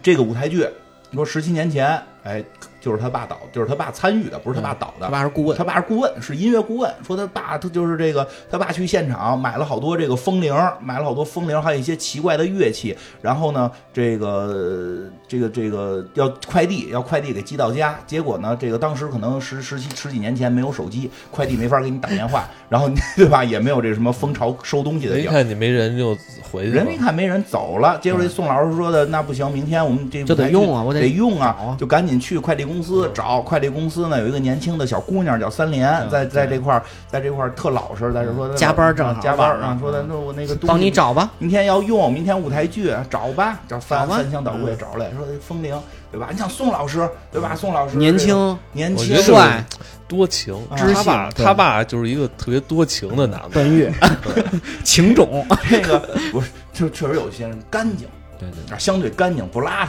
S3: 这个舞台剧，你说十七年前，哎，就是他爸导，就是他爸参与的，不是他爸导的。
S2: 他爸是顾问
S3: 他，爸是顾问，是音乐顾问。说他爸，他就是这个，他爸去现场买了好多这个风铃，买了好多风铃，还有一些奇怪的乐器。然后呢，这个这个这个要快递，要快递给寄到家。结果呢，这个当时可能十十几十几年前没有手机，快递没法给你打电话，然后你对吧，也没有这什么蜂巢收东西的
S1: 人
S3: 地
S1: 一
S3: 儿。
S1: 看你没人就
S2: 哎
S1: 回去
S3: 人一
S1: 了，
S3: 看没人走了，结果这宋老师说的那不行，明天我们这
S2: 就嗯得
S3: 舞台剧
S2: 用啊我得
S3: 得用
S2: 找啊嗯
S3: 啊，就赶紧去快递公司找。快递公司呢有一个年轻的小姑娘叫三莲，在在这块儿在这块儿特老实，在这说
S2: 嗯加班正好
S3: 加班
S2: 晚
S3: 啊
S2: 上，嗯
S3: 说的那我那个东西
S2: 帮你找吧。
S3: 明天要用，明天舞台剧找吧，找
S2: 找
S3: 三
S2: 吧嗯
S3: 三香倒柜找来，说风铃对吧？你像宋老师对吧？宋老师
S2: 年
S3: 这个
S2: 轻、
S3: 年
S1: 我
S3: 轻
S1: 觉得
S3: 帅
S2: 帅、
S1: 多情。
S3: 啊
S2: 知
S1: 他爸
S2: 性
S1: 他爸就是一个特别多情的男的，
S2: 奔
S3: <laughs>
S2: 月、情种，
S3: <laughs> 这个不是，就确实有些人干净，
S2: 对对
S3: 啊相对干净不邋遢，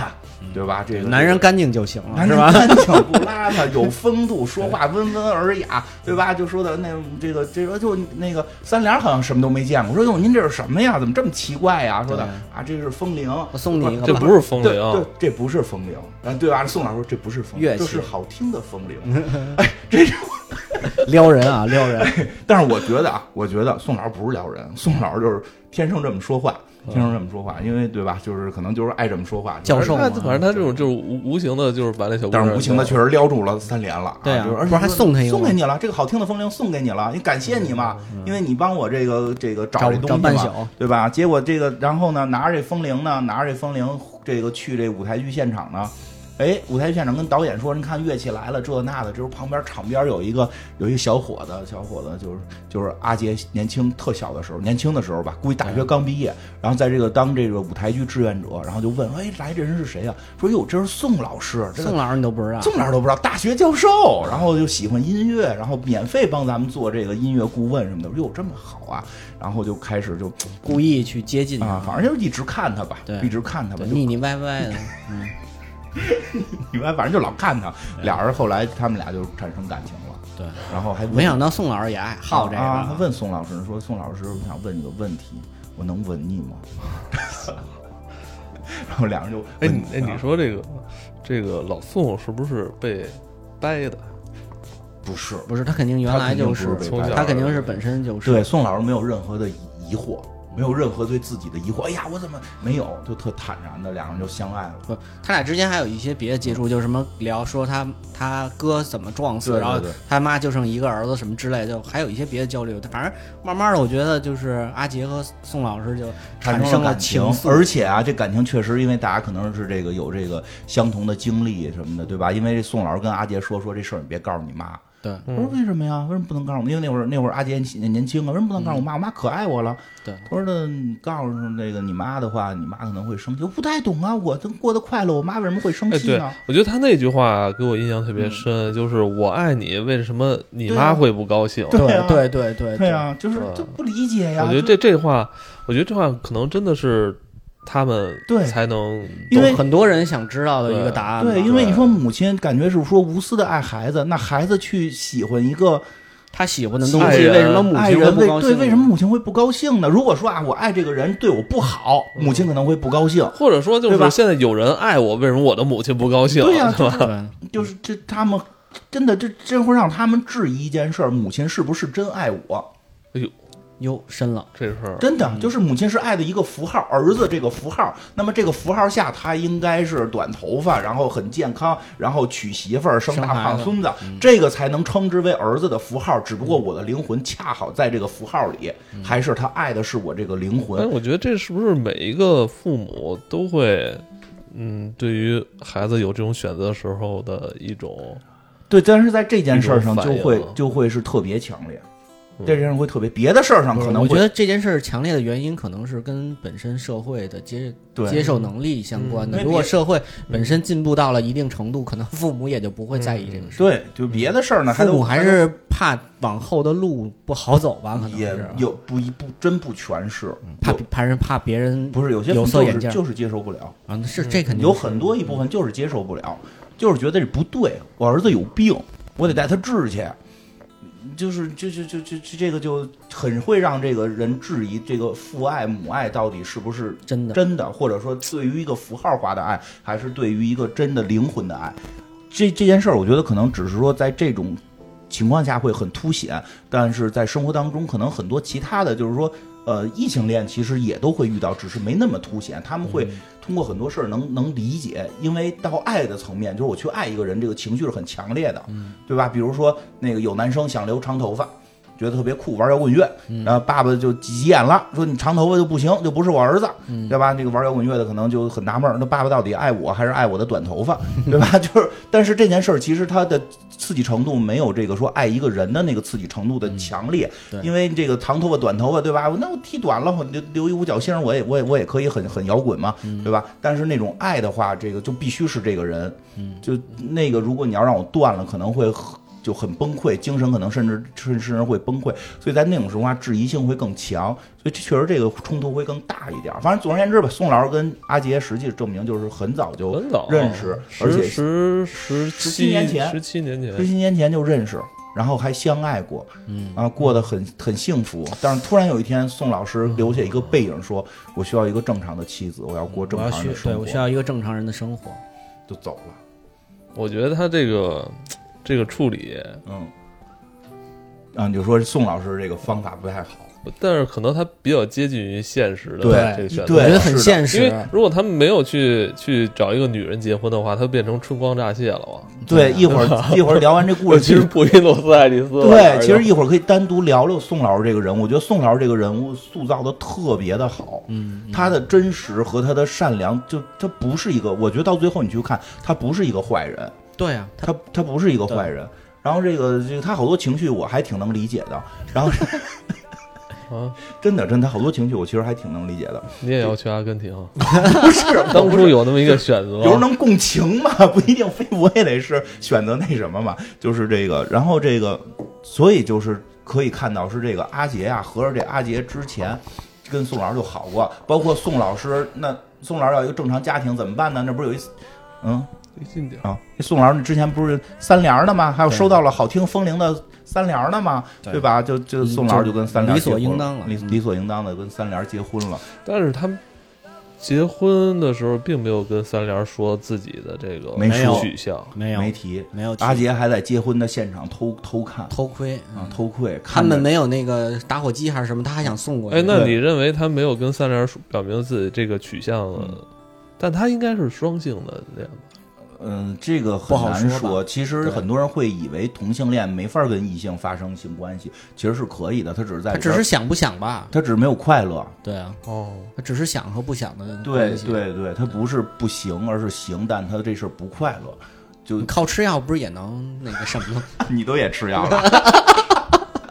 S3: 对吧？这个
S2: 嗯男人干净就行了，
S3: 男
S2: 啊是吧？
S3: 人干净不邋遢，有风度，说话温文尔雅，对吧？就说的那这个这个就那个三联好像什么都没见过，说哟您这是什么呀？怎么这么奇怪呀？说的啊这是风铃，
S2: <laughs> 我送你一个
S1: 这
S2: 吧。
S1: 不是风啊
S3: 对对
S1: 铃，，
S3: 这不是风铃，啊对吧？宋老师说这不是风
S2: 乐
S3: 铃，
S2: 器
S3: 这是好听的风
S2: <laughs>
S3: 铃。哎，这是，
S2: 撩人啊，撩人！
S3: 但是我觉得啊，我觉得宋老师不是撩人，宋老师就是天生这么说话，天生这么说话，因为对吧？就是可能就是爱这么说话，
S2: 嗯教授
S1: 他
S2: 嘛
S1: 反正他这种就是无无形的，就是把那小姑
S3: 但是
S1: 娘
S3: 无情的确实撩住了三连了，
S2: 对啊
S3: 就是而且
S2: 不是还
S3: 说
S2: 送他一个吗
S3: 送给你了，这个好听的风铃送给你了，你感谢你嘛，因为你帮我这个这个
S2: 找
S3: <laughs> 找这东
S2: 找
S3: 西
S2: 伴
S3: 嘛 <laughs>
S2: 手，
S3: 对吧？结果这个然后呢，拿着这风铃呢，拿着这风铃这个去这舞台剧现场呢。哎，舞台剧现场跟导演说：“您看乐器来了，这那的。”之后旁边场边有一个有一个小伙子，小伙子就是就是阿杰年轻特小的时候，年轻的时候吧，估计大学刚毕业，然后在这个当这个舞台剧志愿者，然后就问：“哎，来这人是谁呀、说：“哟，这是宋老师，这个
S2: 宋老师你都不知道，
S3: 这么哪儿都不知道，大学教授，然后就喜欢音乐，然后免费帮咱们做这个音乐顾问什么的，哟，这么好啊！然后就开始就
S2: 故意去接近
S3: 啊，反正就一直看他吧
S2: 对，
S3: 一直看他吧
S2: 对，
S3: 就
S2: 腻腻歪歪
S3: <laughs>
S2: 的，
S3: 你们反正就老看他。俩人后来他们俩就产生感情了，
S2: 对。
S3: 然后还问
S2: 没想到宋老师也爱好这个
S3: 啊，他
S2: 啊，
S3: 问宋老师说：“宋老师，我想问你个问题，我能吻你
S2: <laughs>
S3: 吗？”然后两人就
S1: 哎
S3: 吻
S1: 你哎你说这个这个老宋是不是被掰的？
S3: 不是，
S2: 不是他肯定原来就
S3: 他肯定不是
S1: 被掰的
S2: 他肯定是本身就是
S3: 对，宋老师没有任何的疑惑，没有任何对自己的疑惑。哎呀，我怎么没有？就特坦然的，两人就相爱了。
S2: 不，他俩之间还有一些别的接触，就是什么聊说他他哥怎么撞死，
S3: 对对
S2: 然后
S3: 对
S2: 他妈就剩一个儿子什么之类，就还有一些别的交流。反正慢慢的，我觉得就是阿杰和宋老师就产
S3: 生
S2: 生
S3: 了
S2: 了
S3: 感情
S2: 情，愫，
S3: 而且啊，这感情确实，因为大家可能是这个有这个相同的经历什么的，对吧？因为这宋老师跟阿杰说说这事儿，你别告诉你妈。
S2: 对
S3: 我说为什么呀？为什么不能告诉我？因为那会儿那会儿阿杰年年轻啊，为什么不能告诉我妈？我妈可爱我了。
S2: 对
S3: 他说的你告诉那个你妈的话，你妈可能会生气。我不太懂啊，我都过得快乐，我妈为什么会生
S1: 哎，
S3: 气
S1: 对
S3: 呢？，
S1: 我觉得他那句话给我印象特别深，就是我爱你，为什么你妈会不高兴？
S3: 对啊
S2: 对对对
S3: 对，啊，就是
S1: 对
S3: 就不理解呀。
S1: 我觉得这这话，我觉得这话可能真的是他们
S3: 对
S1: 才能
S3: 因为
S2: 有很多人想知道的一个答案嘛。
S3: 对，因为你说母亲感觉是说无私的爱孩子，那孩子去喜欢一个
S2: 他喜欢的东
S1: 爱
S2: 西，
S1: 人
S2: 为什么母
S3: 爱
S2: 亲会
S3: 人，
S2: 不
S3: 为
S2: 高兴
S3: 对
S2: 呢？
S3: 为什么母亲会不高兴呢？如果说啊，我爱这个人对我不好，
S2: 嗯
S3: 母亲可能会不高兴。
S1: 或者说就
S3: 对吧
S1: 是现在有人爱我，为什么我的母亲不高兴？
S3: 对呀、
S1: 是吧
S2: <laughs> 对？
S3: 就是这他们真的这这会让他们质疑一件事儿：母亲是不是真爱我？
S1: 哎呦，
S2: 哟，深了，
S1: 这事儿
S3: 真
S2: 嗯
S3: 的就是母亲是爱的一个符号，儿子这个符号。那么这个符号下，他应该是短头发，然后很健康，然后娶媳妇儿，生
S2: 生
S3: 大
S2: 孩
S3: 胖
S2: 子嗯
S3: 孙子，这个才能称之为儿子的符号。只不过我的灵魂恰好在这个符号里，
S2: 嗯
S3: 还是他爱的是我这个灵魂
S1: 哎但。我觉得这是不是每一个父母都会，嗯，对于孩子有这种选择的时候的一种，
S3: 对，但是在这件事儿上
S1: 一种
S3: 就
S1: 反应
S3: 会
S1: 啊
S3: 就会是特别强烈，
S1: 嗯
S3: 这件事儿会特别，别的事儿上可能
S2: 我觉
S3: 会
S2: 得这件事儿强烈的原因可能是跟本身社会的接
S3: 对
S2: 接受能力相关
S3: 嗯因
S2: 的。
S3: 为
S2: 如果
S3: 别
S2: 社会本身进步到了一定程度，可能父母也就不会在意这个事。
S3: 对，就别的事儿呢，还
S2: 父
S3: 都
S2: 母还是怕往后的路不好走吧，可能
S3: 也
S2: 是啊
S3: 有不一不真不全是，
S2: 怕
S3: 有
S2: 怕人怕别人
S3: 不是有些
S2: 有
S3: 就
S2: 色眼
S3: 是
S2: 镜儿
S3: 就是接受不了，
S2: 啊，是这肯定
S3: 嗯有
S2: 是
S3: 很多一部分就是接受不了，就是觉得这不对，我儿子有病，我得带他治去。就是就就就就就这个就很会让这个人质疑这个父爱母爱到底是不是
S2: 真的
S3: 真的，或者说对于一个符号化的爱，还是对于一个真的灵魂的爱。这这件事儿，我觉得可能只是说在这种情况下会很凸显，但是在生活当中，可能很多其他的就是说，呃，异性恋其实也都会遇到，只是没那么凸显。他们会
S2: 嗯
S3: 通过很多事儿能能理解，因为到爱的层面，就是我去爱一个人，这个情绪是很强烈的，
S2: 嗯
S3: 对吧？比如说那个有男生想留长头发。觉得特别急，玩摇滚乐，
S2: 嗯
S3: 然后爸爸就急眼了，说你长头发就不行，就不是我儿子，对吧？那个玩摇滚乐的可能就很纳闷儿，那爸爸到底爱我还是爱我的短头发，对吧？ <laughs> 就是，但是这件事儿其实它的刺激程度没有这个说爱一个人的那个刺激程度的强烈，
S2: 对
S3: 因为这个长头发、短头发，对吧？那我剃短了，我留留一五角星儿，我也我也我也可以很很摇滚嘛，对吧？但是那种爱的话，这个就必须是这个人，就那个如果你要让我断了，可能会很就很崩溃，精神可能甚至甚甚至会崩溃，所以在那种情况下质疑性会更强，所以这确实这个冲突会更大一点儿。反正总而言之吧，宋老师跟阿杰实际证明就是很早就
S1: 很早
S3: 认识，而
S1: 十
S3: 且
S1: 啊十十
S3: 十
S1: 七
S3: 七年前
S1: 十七年前
S3: 十七年前就认识，然后还相爱过，嗯啊，过得很很幸福。但是突然有一天，宋老师留下一个背影，说：“我需要一个正常的妻子，我要过正
S2: 我要
S3: 常
S2: 需
S3: 的
S2: 对
S3: 生
S2: 我
S3: 活。
S2: 需”要一个正常人的生活。
S3: 就走了。
S1: 我觉得他这个这个处理，
S3: 嗯，啊，你就说宋老师这个方法不太好。
S1: 但是可能他比较接近于现实的
S3: 对
S1: 这个选择。
S3: 对
S2: 我觉得很
S3: 是啊的
S2: 现
S1: 因
S2: 实
S1: 为。如果他们没有去去找一个女人结婚的话，他变成春光乍泄了嘛。
S3: <laughs> 对，一会儿一会儿聊完这故
S1: 我
S3: 事，
S1: 其实布宜诺斯艾利斯了。
S3: 对，其实一会儿可以单独聊聊宋老师这个人物。我觉得宋老师这个人物塑造的特别的好，嗯，他的真实和他的善良，就他不是一个，我觉得到最后你去看，他不是一个坏人，
S2: 对啊，他
S3: 他他不是一个坏人。然后这个这个他好多情绪我还挺能理解的，然后
S1: <laughs> 啊，
S3: 真的真的他好多情绪我其实还挺能理解的，
S1: <laughs> 你也要去阿根廷啊？
S3: <laughs> 不是
S1: 当初有那啊么一个选择，
S3: 有人能共情嘛， <laughs> 不一定非我也得是选择那什么嘛，就是这个，然后这个，所以就是可以看到是这个阿杰啊，合着这阿杰之前跟宋老师就好过，包括宋老师那宋老师要一个正常家庭怎么办呢？那不是有一嗯
S1: 离近点儿。
S3: 啊，那宋老师之前不是三联儿的吗？还有收到了好听风铃的三联儿的吗？
S2: 对
S3: 对吧？就就
S2: 嗯
S3: 宋老师就跟三联儿
S2: 理所
S3: 结婚
S2: 应当了
S3: 理
S2: 嗯
S3: 理所应当的跟三联儿结婚了。
S1: 但是他们结婚的时候，并没有跟三联说自己的这个
S3: 没
S2: 说
S1: 取向。
S2: 没有
S3: 没提，
S2: 没有提
S3: 阿杰还在结婚的现场偷偷看
S2: 偷窥，
S3: 啊，偷窥，
S2: 嗯他
S3: 看着
S2: 们没有那个打火机还是什么，他还想送过去。
S1: 哎，那
S3: 对
S1: 你认为他没有跟三联说表明自己这个取向？
S3: 嗯
S1: 但他应该是双性的恋吧？
S3: 嗯，这个很
S2: 不好
S3: 难
S2: 说吧
S3: 其实
S2: 对
S3: 很多人会以为同性恋没法跟异性发生性关系，其实是可以的，他只是在
S2: 他
S3: 里
S2: 只
S3: 边
S2: 是想不想吧？
S3: 他只是没有快乐。
S2: 对啊，
S1: 哦，
S2: 他只是想和嗯不想的
S3: 对
S2: 关系。
S3: 对对，他不是不行，而是行，但他这事儿不快乐。就
S2: 你靠吃药不是也能那个什么吗？
S3: 你都也吃
S2: <laughs>
S3: 药了，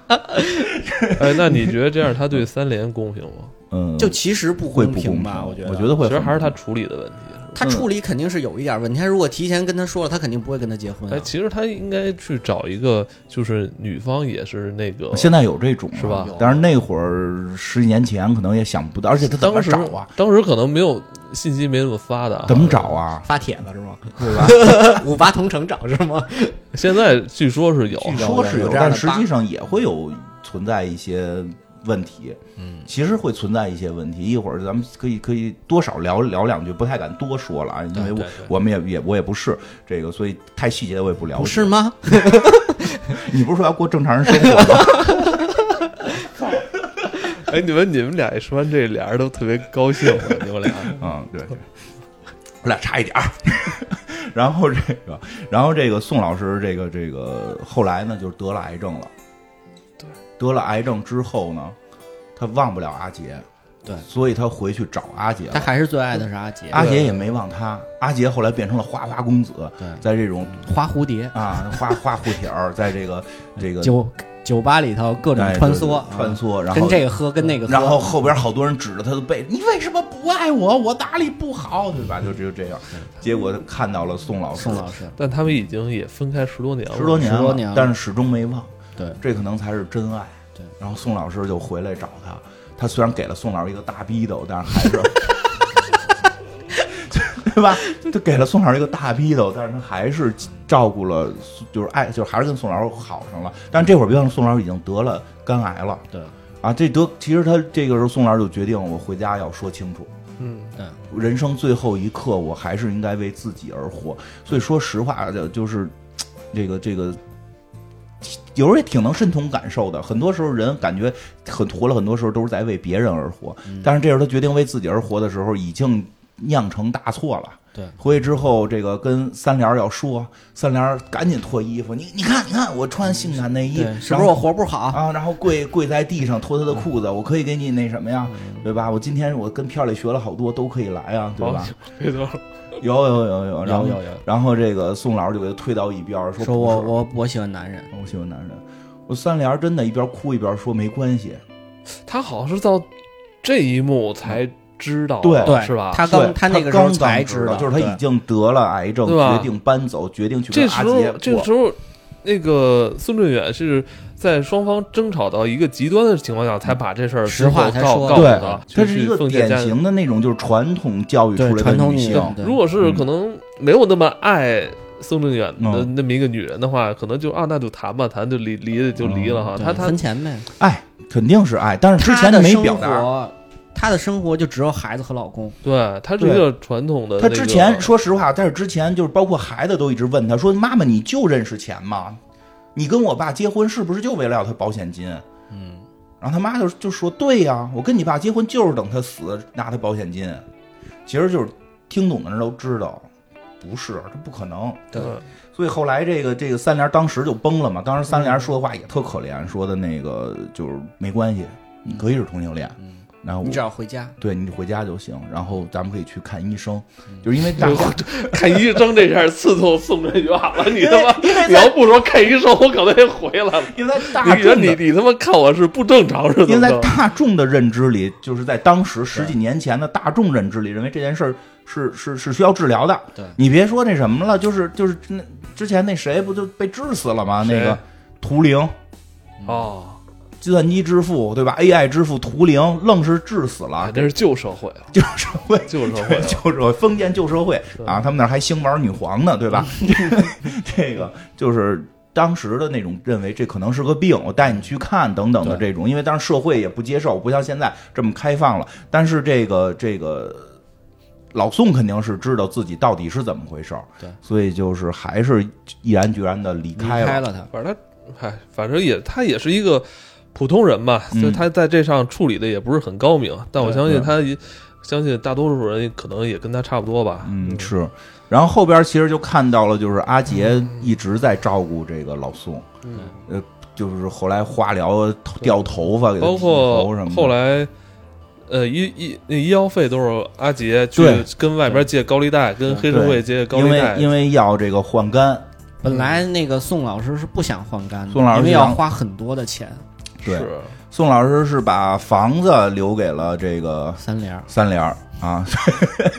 S1: 哎，那你觉得这样他对三联公平吗？
S3: 嗯，
S2: 就其实不
S3: 会
S2: 公
S3: 不
S2: 平
S3: 公
S2: 吧？我
S3: 觉
S2: 觉得，
S3: 我得会
S1: 其
S3: <laughs> 很不公平，
S1: 实还是他处理的问题。是吧
S2: 他处理肯定是有一点问题。他如果提前跟他说了，他肯定不会跟他结婚啊、
S1: 哎，其实他应该去找一个，就是女方也是那个，
S3: 现在有这种
S1: 是吧
S3: 了但是那会儿十几年前可能也想不到，而且他怎么
S1: 当时
S3: 找啊？
S1: 当时可能没有信息没那么发达，
S3: 怎么找啊？
S2: 发帖子是
S3: <laughs>
S2: 吗？
S3: 对吧？
S2: <laughs> 五八同城找是
S3: <laughs>
S2: 吗？
S1: 现在据说呃是有，
S3: 据啊
S2: 有
S3: 说是
S2: 有
S3: 有，
S2: 这样
S3: 但
S2: 的
S3: 实
S2: 吧
S3: 际上也会有存在一些问题。嗯，其实会存在一些问题。一会儿咱们可以可以多少聊聊两句，不太敢多说了啊，因为
S1: 对
S3: 我
S1: 对
S3: 我们也也我也不是这个，所以太细节的我也不聊。
S2: 不是？ <laughs> 吗？
S3: 你不是说要过正常人生活吗？
S1: <laughs> 哎，你们你们俩一说完这，俩人都特别高兴了，你们俩。
S3: 嗯，对， <laughs> 对我俩差一点儿。 <laughs> 然后这个，然后这个宋老师，这个这个后来呢，就是得了癌症了。
S1: 对，
S3: 得了癌症之后呢，他忘不了阿杰。
S2: 对
S3: 所以他回去找阿杰了。
S2: 他还是最爱的是阿杰，
S3: 阿杰也没忘他，阿杰后来变成了花花公子
S2: 对，
S3: 在这种
S2: 花蝴蝶，
S3: 啊花花护铁儿，在这个这
S2: <laughs>
S3: 个
S2: 酒酒吧里头各种
S3: 哎
S2: 穿梭，啊
S3: 对对穿梭，然后
S2: 跟这个喝，跟那个喝，
S3: 然后后边好多人指着他的背，你为什么不爱我？我哪里不好？对吧？就只有这样。结果他看到了宋老师，
S2: 嗯宋老师，
S1: <laughs> 但他们已经也分开十多年了，
S3: 十多年
S2: 十多
S3: 了，
S2: 年了
S3: 但是始终没忘，
S2: 对，
S3: 这可能才是真爱。
S2: 对，
S3: 然后宋老师就回来找他，
S2: <laughs>
S3: 他虽然给了宋老师一个大逼斗，但是还是对吧？就给了宋老师一个大逼斗，但是他还是照顾了，就是爱，就是还是跟宋老师好上了。但是这会儿别忘了，宋老师已经得了肝癌了
S2: 对，
S3: 啊！这得其实他这个时候，宋老师就决定我回家要说清楚，
S1: 嗯，
S3: 人生最后一刻，我还是应该为自己而活。所以说实话的，就是这个这个，有时候也挺能身同感受的。很多时候人感觉很活了，很多时候都是在为别人而活。
S2: 嗯
S3: 但是这时候他决定为自己而活的时候，已经酿成大错了。
S2: 对
S3: 回去之后，这个跟三联儿要说，三联儿赶紧脱衣服，你你看你看，我穿性感内衣，
S2: 对，是不
S3: 然
S2: 是
S3: 后
S2: 我活不好？
S3: 啊，然后跪跪在地上脱他的裤子，
S2: 嗯
S3: 我可以给你那什么呀，对吧？我今天我跟片儿里学了好多，都可以来啊，对吧？
S1: 这都
S3: 有有有有，啊然后
S2: 哦有有有
S3: 然后这个宋老师就给他推到一边儿，说
S2: 说我
S3: 不是
S2: 我我喜欢男人，
S3: 我喜欢男人，我三联儿真的一边哭一边说没关系，
S1: 他好像是到这一幕才知道，
S3: 对
S2: 对，
S1: 是吧？
S2: 他
S3: 哦对
S2: 刚
S3: 他
S2: 那个时候
S3: 刚
S2: 才
S3: 刚
S2: 知
S3: 知
S2: 道，
S3: 就是他已经得了癌症，
S1: 对吧
S3: 决定搬走，决定去
S1: 这
S3: 跟
S1: 时
S3: 阿
S1: 候
S3: 杰，
S1: 这
S3: 过
S1: 时候那个宋振远是在双方争吵到一个极端的情况下，才把这事儿
S2: 实话才
S1: 最后
S2: 说
S1: 告告诉
S3: 对
S1: 他，，去
S3: 她是一个
S1: 奉献
S3: 典
S1: 家
S3: 型的那种就是传统教育
S2: 对
S3: 出来的
S2: 传统
S3: 女
S2: 女
S3: 性
S2: 性，对
S1: 如果是
S3: 嗯
S1: 可能没有那么爱宋振远的
S3: 嗯
S1: 那么一个女人的话，可能就啊，那就谈吧，谈就离离就离了哈。
S3: 嗯
S2: 对
S1: 他他
S2: 分钱呗，
S3: 爱哎肯定是爱，但是之
S2: 他
S3: 前
S2: 的
S3: 没
S2: 生
S3: 表达。
S2: 活，他的生活就只有孩子和老公，
S1: 对他是一
S3: 对
S1: 个传统的那
S3: 她
S1: 个，
S3: 之前说实话，但是之前就是包括孩子都一直问她说：“妈妈，你就认识钱吗？你跟我爸结婚是不是就为了要他保险金？”
S2: 嗯，
S3: 然后他妈就就说：“对呀、我跟你爸结婚就是等他死拿他保险金。”其实就是听懂的人都知道，不是这不可能。
S2: 对
S1: 嗯
S3: 所以后来这个这个三联当时就崩了嘛。当时三联说的话也特可怜，说的那个就是没关系，
S1: 嗯
S3: 你可以是同性恋，然后我
S2: 你只要回家，
S3: 对你回家就行，然后咱们可以去看医生，就是因为 <laughs> 大伙
S1: <laughs> 看医生这下刺痛宋振远了，你他妈！
S3: 因为
S1: 你要不说看医生，我可能也回来了。
S3: 因为在大
S1: 你觉得
S3: 众
S1: 你
S3: 的，
S1: 你他妈看我是不正常是
S3: 因为
S1: 怎么
S3: 在
S1: 着？
S3: 大众的认知里，就是在当时十几年前的大众认知里，认为这件事儿是是是需要治疗的。
S2: 对
S3: 你别说那什么了，就是就是那之前那谁不就被治死了吗？
S1: 谁
S3: 那个图灵，
S1: 哦，
S3: 计算机之父对吧？AI 之父图灵愣是治死了，
S1: 这是旧社会了，
S3: 旧社会。
S1: 旧社
S3: <laughs>
S1: 会了。
S3: 旧社会，封建旧社会
S1: 对
S3: 啊，他们那儿还兴玩女皇呢，对吧？ <laughs> 这个就是当时的那种认为这可能是个病，我带你去看等等的这种，因为当时社会也不接受，不像现在这么开放了。但是这个这个老宋肯定是知道自己到底是怎么回事儿，
S2: 对
S3: 所以就是还是毅然决然的
S2: 离
S3: 离开
S2: 开
S3: 了。
S2: 了他，
S1: 反正他，哎，反正也他也是一个普通人嘛，
S3: 嗯
S1: 就他在这上处理的也不是很高明，但我
S2: 对
S1: 相信
S3: 对
S1: 他也，相信大多数人可能也跟他差不多吧。
S3: 嗯，是。然后后边其实就看到了，就是阿杰一直在照顾这个老宋，
S1: 嗯，
S3: 呃，就是后来化疗、掉头发，给他
S1: 包
S3: 剃头
S1: 括
S3: 什么的。
S1: 后来。呃，医医那医药费都是阿杰去
S3: 对
S1: 跟外边借高利贷，跟黑社会借高
S3: 因
S1: 利
S3: 为
S1: 贷，
S3: 因为要这个换肝，
S2: 本来那个宋老师是不想换肝的，
S3: 宋老师
S2: 因为
S3: 想
S2: 要花很多的钱，
S3: 对，
S1: 是
S3: 宋老师是把房子留给了这个
S2: 三联儿
S3: 三联儿啊， <laughs>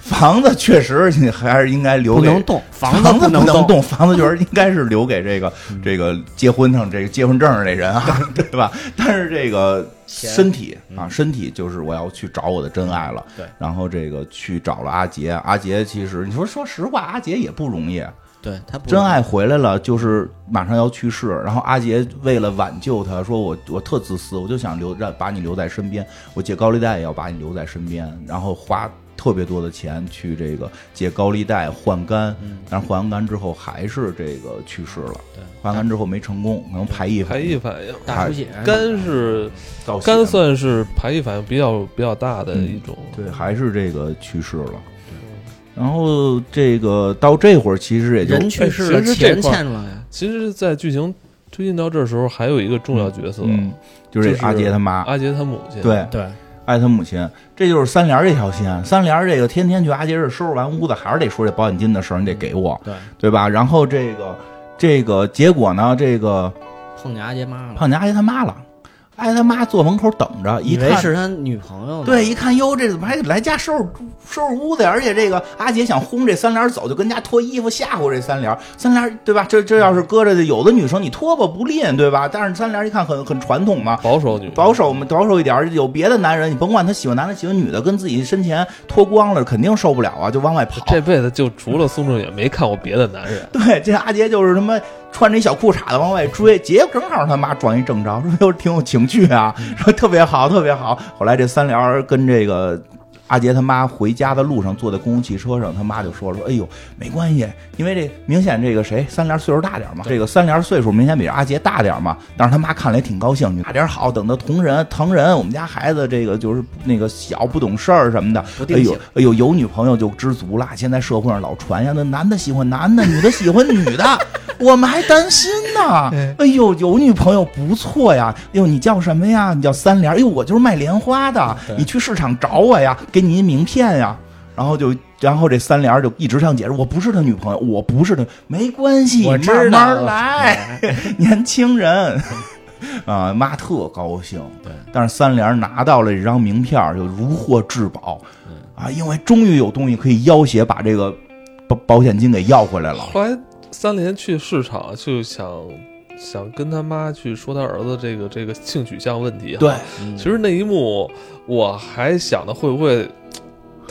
S3: 房子确实你还是应该留
S2: 不
S3: 给
S2: 能动，房
S3: 子
S2: 不
S3: 能
S2: 动，嗯
S3: 动，房子就是应该是留给这个这个结婚上这个结婚证上这人
S2: <laughs>
S3: 啊，对吧？但是这个
S2: 钱嗯
S3: 身体啊，身体就是我要去找我的真爱了。
S2: 对，
S3: 然后这个去找了阿杰，阿杰其实你说说实话，阿杰也不容易，啊
S2: 对他不
S3: 真爱回来了，就是马上要去世。然后阿杰为了挽救他，说我我特自私，我就想留让把你留在身边，我借高利贷也要把你留在身边，然后花特别多的钱去这个借高利贷换肝，
S1: 嗯
S3: 但是换完肝之后还是这个去世了。
S2: 对
S3: 换完肝之后没成功，可能排异
S1: 排异反应，
S2: 大出血，
S1: 肝是
S3: 到
S1: 肝算是排异反应比较比较大的一种，
S3: 对，还是这个去世了。然后这个到这会儿其实也就
S2: 人去世
S1: 哎
S2: 了，
S1: 其实这
S2: 钱
S1: 块儿
S2: 欠了呀，
S1: 其实，在剧情推进到这儿的时候，还有一个重要角色，
S3: 嗯，就是
S1: 就是
S3: 阿杰他妈，
S1: 阿杰他母亲。
S3: 对，
S2: 对，
S3: 爱他母亲，这就是三联这条线。三联这个天天去阿杰这收拾完屋子，还是得说这保险金的事儿，你得给我，
S2: 对，
S3: 对吧？然后这个这个结果呢，这个
S2: 碰见阿杰妈了，
S3: 碰见阿杰他妈了。挨他妈坐门口等着，一
S2: 以为
S3: 看
S2: 是他女朋友呢。
S3: 对，一看哟，这怎么还来家收拾收拾屋子呀？而且这个阿杰想轰这三联走，就跟家脱衣服吓唬这三联。三联对吧？这这要是搁着有的女生你脱吧不吝对吧？但是三联一看很很传统嘛，
S1: 保守女，
S3: 保守保守一点儿，有别的男人你甭管他喜欢男的喜欢女的，跟自己身前脱光了肯定受不了啊，就往外跑。
S1: 这辈子就除了宋仲远没看过别的男人。
S3: 对，这阿杰就是他妈穿着一小裤衩子往外追，结果正好他妈撞一正着，说又挺有情趣啊，说特别好，特别好。后来这三联儿跟这个。阿杰他妈回家的路上坐在公共汽车上，他妈就说了：“说哎呦，没关系，因为这明显这个谁三联岁数大点儿嘛，这个三联岁数明显比阿杰大点儿嘛。”但是他妈看来挺高兴，大点儿好，等到同人疼人，我们家孩子这个就是那个小不懂事儿什么的，
S2: 不
S3: 哎
S2: 定
S3: 呦
S2: 性，
S3: 哎呦，有女朋友就知足了。现在社会上老传呀，那男的喜欢男的，女的喜欢女的， <laughs> 我们还担心呢。哎呦，有女朋友不错呀。哎呦，你叫什么呀？你叫三联。哎呦，我就是卖莲花的，你去市场找我呀，给你一名片呀。然后就，然后这三联就一直想解释，我不是他女朋友，我不是他，没关系，
S2: 我
S3: 慢
S2: 知道
S3: 慢来， <laughs> 年轻人。 <laughs> 啊，妈特高兴。
S2: 对，
S3: 但是三联拿到了这张名片儿，就如获至宝，啊，因为终于有东西可以要挟把这个保保险金给要回来了。
S1: 后来三连去市场就想想跟他妈去说他儿子这个这个性取向问题。
S3: 对，，
S1: 其实那一幕我还想的会不会。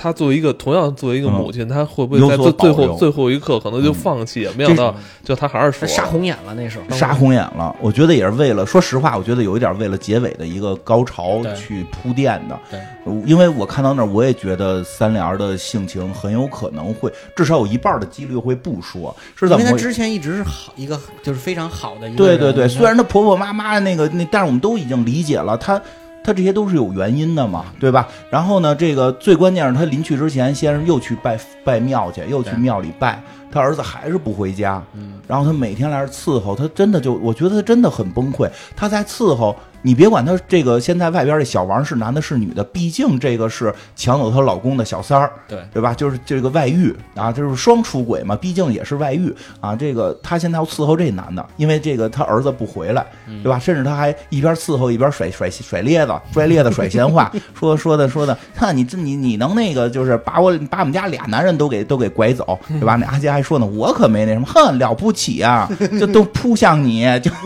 S1: 他作为一个同样作为一个母亲，他会不会
S3: 有
S1: 在
S3: 所
S1: 最最
S3: 保
S1: 后
S3: 留嗯
S1: 最后一刻可能就放弃？没想到就他还是
S2: 他
S1: 说
S2: 杀红眼了那时候。
S3: 杀红眼了。我觉得也是为了，说实话，我觉得有一点为了结尾的一个高潮
S2: 对
S3: 去铺垫的。
S2: 对
S3: 呃，因为我看到那儿，我也觉得三联儿的性情很有可能会，至少有一半儿的几率会不说，是
S2: 因
S3: 怎
S2: 为
S3: 么
S2: 他
S3: 回
S2: 之前一直是好一个，就是非常好的一个
S3: 对
S2: 人。
S3: 对对，
S2: 你看
S3: 虽然她婆婆妈妈那个那，但是我们都已经理解了，她她这些都是有原因的嘛，对吧？然后呢，这个最关键是她临去之前，先是又去拜拜庙去，又去
S2: 对
S3: 庙里拜，她儿子还是不回家，
S2: 嗯
S3: 然后她每天来这儿伺候，她真的就，我觉得她真的很崩溃，她在伺候。你别管她这个现在外边这小王是男的是女的，毕竟这个是抢走她老公的小三儿，
S2: 对
S3: 对吧？就是这个外遇啊，就是双出轨嘛，毕竟也是外遇啊。这个她现在要伺候这男的，因为这个她儿子不回来，
S2: 嗯
S3: 对吧？甚至她还一边伺候一边甩甩甩咧子，拽咧子，甩闲话， <laughs> 说说的说的，看你这你你能那个就是把我把我们家俩男人都给都给拐走，对吧？那阿杰还说呢，我可没那什么，哼，了不起啊，就都扑向你，就。 <laughs>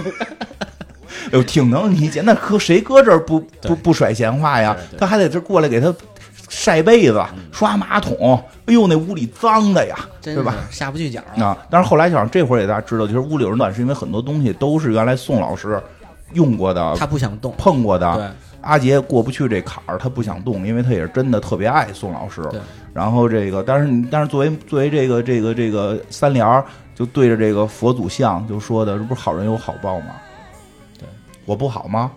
S3: 哎呦，挺能理解。那搁谁搁这儿不不不甩闲话呀？
S2: 对对嗯
S3: 他还得这过来给他晒被子、刷马桶。哎呦，那屋里脏的呀，
S2: 真
S3: 对吧？
S2: 是下不去脚啊。
S3: 啊，但是后来想，这会儿也大家知道，其实屋里有人暖，是因为很多东西都是原来宋老师用过的、
S2: 他不想动。
S3: 碰过的。
S2: 对，
S3: 阿杰过不去这坎儿，他不想动，因为他也是真的特别爱宋老师
S2: 对。
S3: 然后这个，但是你但是作为作为这个这个这个三联儿，就对着这个佛祖像就说的，这不是好人有好报吗？
S2: 对，
S3: 我不好吗？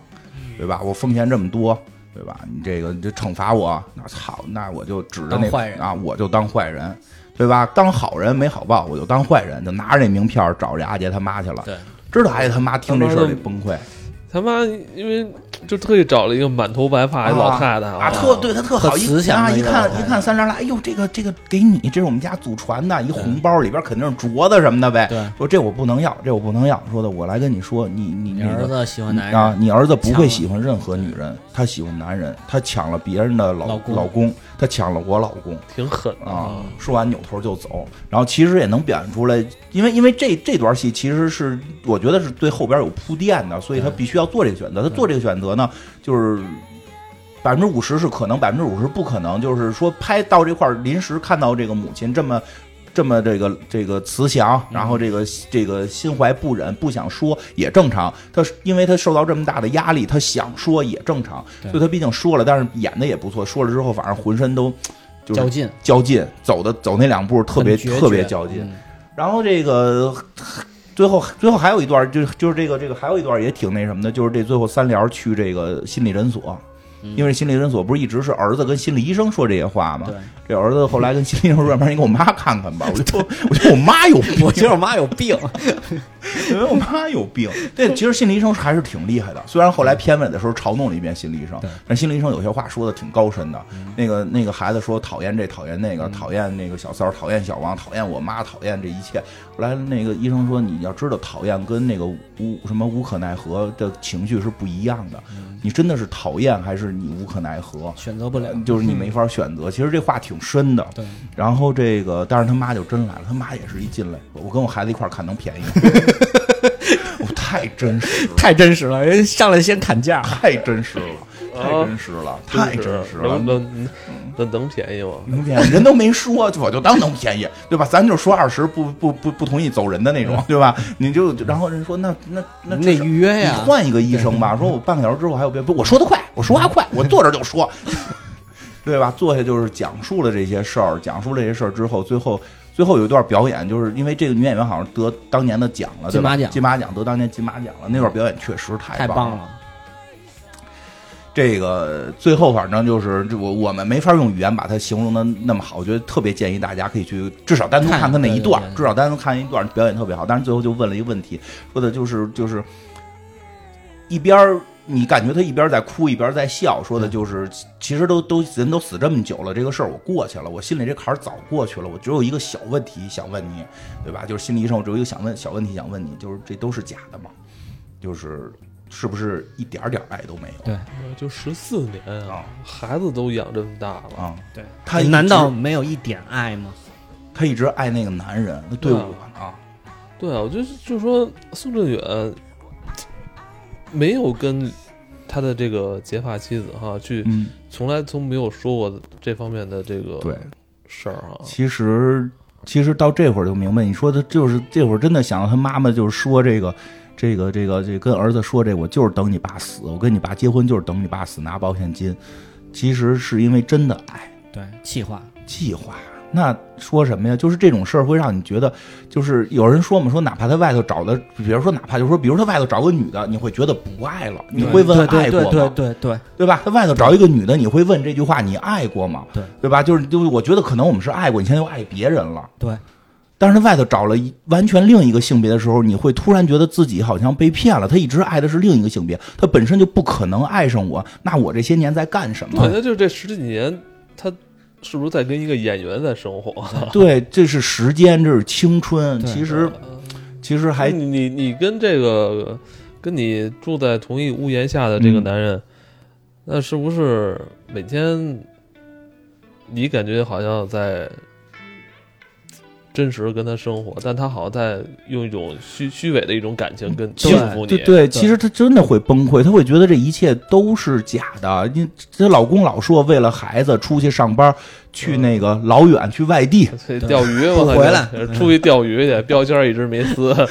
S3: 对吧？我奉献这么多，对吧？你这个你就惩罚我，那操，那我就指着那
S2: 当坏人
S3: 啊，我就当坏人。对吧？当好人没好报，我就当坏人，就拿着那名片儿找这阿杰他妈去了。
S2: 对，
S3: 知道阿杰他妈听这事儿得崩溃。
S1: 他妈，因为就特意找了一个满头白发
S3: 啊
S1: 的老太太
S3: 啊，特对他特好，
S2: 特
S3: 一
S2: 慈祥
S3: 啊，
S2: 的
S3: 一
S2: 一个
S3: 看
S2: 老太太
S3: 一看三连来，哎呦，这个这个给你，这是我们家祖传的一红包，里边肯定是镯子什么的呗。
S2: 对
S3: 说这我不能要，这我不能要。说的我来跟你说，你你
S2: 你
S3: 那
S2: 儿
S3: 个
S2: 子喜欢男
S3: 啊，
S2: 人，
S3: 你儿子不
S2: 抢
S3: 会
S2: 了
S3: 喜欢任何女人，他喜欢男人，他抢了别人的老
S2: 老公
S3: 他抢了我老公。
S1: 挺狠的
S3: 啊，说完扭头就走，然后其实也能表现出来，因为因为这这段戏其实是我觉得是对后边有铺垫的，所以他必须要做这个选择。他做这个选择呢，就是百分之五十是可能，百分之五十不可能。就是说拍到这块儿临时看到这个母亲这么。这么这个这个慈祥，然后这个这个心怀不忍，不想说也正常。他是因为他受到这么大的压力，他想说也正常，
S2: 对
S3: 所以他毕竟说了，但是演的也不错。说了之后，反正浑身都就是
S2: 较劲，
S3: 较劲，走的走那两步特别
S2: 很决绝
S3: 特别较劲。。
S2: 嗯
S3: 然后这个最后最后还有一段，就是就是这个这个还有一段也挺那什么的，就是这最后三联去这个心理诊所。
S2: 嗯
S3: 因为心理诊所不是一直是儿子跟心理医生说这些话吗
S2: 对？
S3: 这儿子后来跟 <laughs> <laughs> 心理医生说：“要不然你给我妈看看吧。”我就说：“我觉得我妈有病。
S2: 我觉得我妈有病，
S3: <laughs> 因为我妈有病。对，其实心理医生还是挺厉害的，虽然后来片尾的时候嘲弄了一遍心理医生
S1: 对，
S3: 但心理医生有些话说的挺高深的。那个那个孩子说讨厌这讨厌那个，讨厌那个小三儿，讨厌小王，讨厌我妈，讨厌这一切。后来那个医生说，你要知道讨厌跟那个无什么无可奈何的情绪是不一样的，你真的是讨厌还是你无可奈何？
S2: <laughs> 选择不了。
S3: 就是你没法选择。其实这话挺深的。
S2: 对，
S3: 然后这个，但是他妈就真来了，他妈也是一进来，我跟我孩子一块儿看能便宜吗， <laughs> 我太真实了，
S2: 太真实了，人上来先砍价，
S3: 太真实了，太真实了，太真实了
S1: 能。能能能便宜吗？
S3: 能便宜，人都没说，我就当能便宜，对吧？咱就说二十，不不不不同意走人的那种，对吧？你就然后人说那那那
S2: 你得
S3: 这是
S2: 预约呀
S3: 你换一个医生吧。说我半个小时之后还有别，不我说的快，我说话快，
S2: 嗯
S3: 我坐这儿就说， <laughs> 对吧？坐下就是讲述了这些事儿，讲述了这些事儿之后，最后最后有一段表演，就是因为这个女演员好像得当年的奖了，
S2: 金
S3: 对吧
S2: 马奖
S3: 金马奖得当年金马奖了。那段表演确实太
S2: 太
S3: 棒
S2: 棒了。
S3: 这个最后反正就是这我我们没法用语言把它形容的那么好，我觉得特别建议大家可以去至少单独
S2: 看
S3: 看看那一段儿
S2: 对对，对
S3: 至少单独看一段儿表演特别好。但是最后就问了一个问题，说的就是就是一边儿你感觉他一边儿在哭一边儿在笑，说的就是其实都都人都死这么久了，这个事儿我过去了，我心里这坎儿早过去了，我只有一个小问题想问你，对吧？就是心理医生，我只有一个想问小问题想问你，就是这都是假的吗？就是是不是一点儿点儿爱都没有？
S1: 就十四年啊
S3: 啊，
S1: 孩子都养这么大了，
S3: 啊，
S2: 对，
S3: 他一直
S2: 难道没有一点爱吗？
S3: 他一直爱那个男人，那对
S1: 对啊
S3: 我
S2: 嗯
S3: 呢？
S1: 对啊，我就是就说宋振远没有跟他的这个结发妻子哈去，
S3: 嗯，
S1: 从来从没有说过这方面的这个
S3: 对，
S1: 事儿哈。
S3: 其实其实到这会儿就明白，你说的就是这会儿真的想到他妈妈就是说这个。这个这个这个跟儿子说这个，我就是等你爸死，我跟你爸结婚就是等你爸死拿保险金，其实是因为真的爱
S2: 对，气话，
S3: 计划。那说什么呀？就是这种事儿会让你觉得，就是有人说嘛，说哪怕他外头找的，比如说哪怕就是说，比如他外头找个女的，你会觉得不爱了，你会问
S2: 对
S3: 爱过
S2: 对
S3: 吗？
S2: 对对对
S3: 对吧？他外头找一个女的，你会问这句话：你爱过吗？
S2: 对，
S3: 对吧？就是就是，我觉得可能我们是爱过，你现在又爱别人了。
S2: 对
S3: 但是他外头找了一完全另一个性别的时候，你会突然觉得自己好像被骗了。他一直爱的是另一个性别，他本身就不可能爱上我。那我这些年在干什
S1: 对，
S3: 么？
S1: 那就是这十几年，他是不是在跟一个演员在生活？啊
S3: 对，这是时间，这是青春。
S2: 对
S3: 其实其实还
S1: 你你你跟这个跟你住在同一屋檐下的这个
S3: 嗯
S1: 男人，那是不是每天你感觉好像在真实地跟他生活，但他好像在用一种虚虚伪的一种感情跟
S3: 其
S1: 征
S3: 实
S1: 服你？
S3: 对对，其实她真的会崩溃，她会觉得这一切都是假的。因她老公老说为了孩子出去上班，去那个老远去外地，
S1: 所以钓鱼，我
S2: 不回来
S1: 感觉出去钓鱼去，
S3: <laughs>
S1: 标签儿一直没撕， <laughs>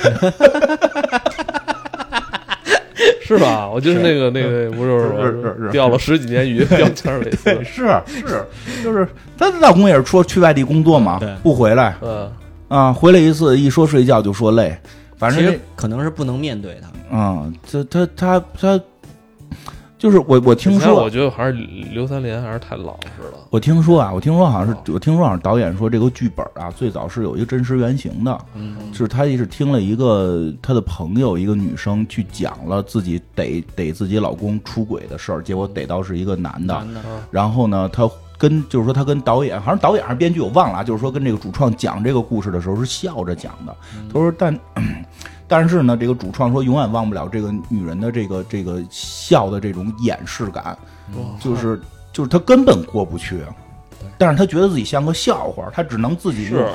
S1: 是吧？我就是那个那个，不是
S3: 是是是是
S1: 钓了十几年
S3: <laughs>
S1: 鱼，标签儿没撕
S3: 对，，是是，就是她老公也是说去外地工作嘛
S2: 对，
S3: 不回来
S1: 嗯，
S3: 啊，回来一次一说睡觉就说累，反
S2: 其
S3: 正
S2: 实
S3: 这
S2: 可能是不能面对他。
S3: 嗯，这她她她就是我我听
S1: 但是
S3: 说
S1: 我觉得还是刘三连还是太老实了。
S3: 我听说啊，我听说好像
S2: 哦
S3: 是，我听说好像导演说这个剧本啊，最早是有一个真实原型的，
S2: 嗯，
S3: 就是他也是听了一个他的朋友，一个女生去讲了自己逮逮自己老公出轨的事儿，结果逮到是一个男的，
S2: 的
S3: 然后呢，他跟就是说他跟导演，好像导演还是编剧，我忘了啊，就是说跟这个主创讲这个故事的时候是笑着讲的。他说，但 <clears throat> 但是呢，这个主创说永远忘不了这个女人的这个这个笑的这种掩饰感，就是就是他根本过不去。但是他觉得自己像个笑话，他只能自己用
S1: 是，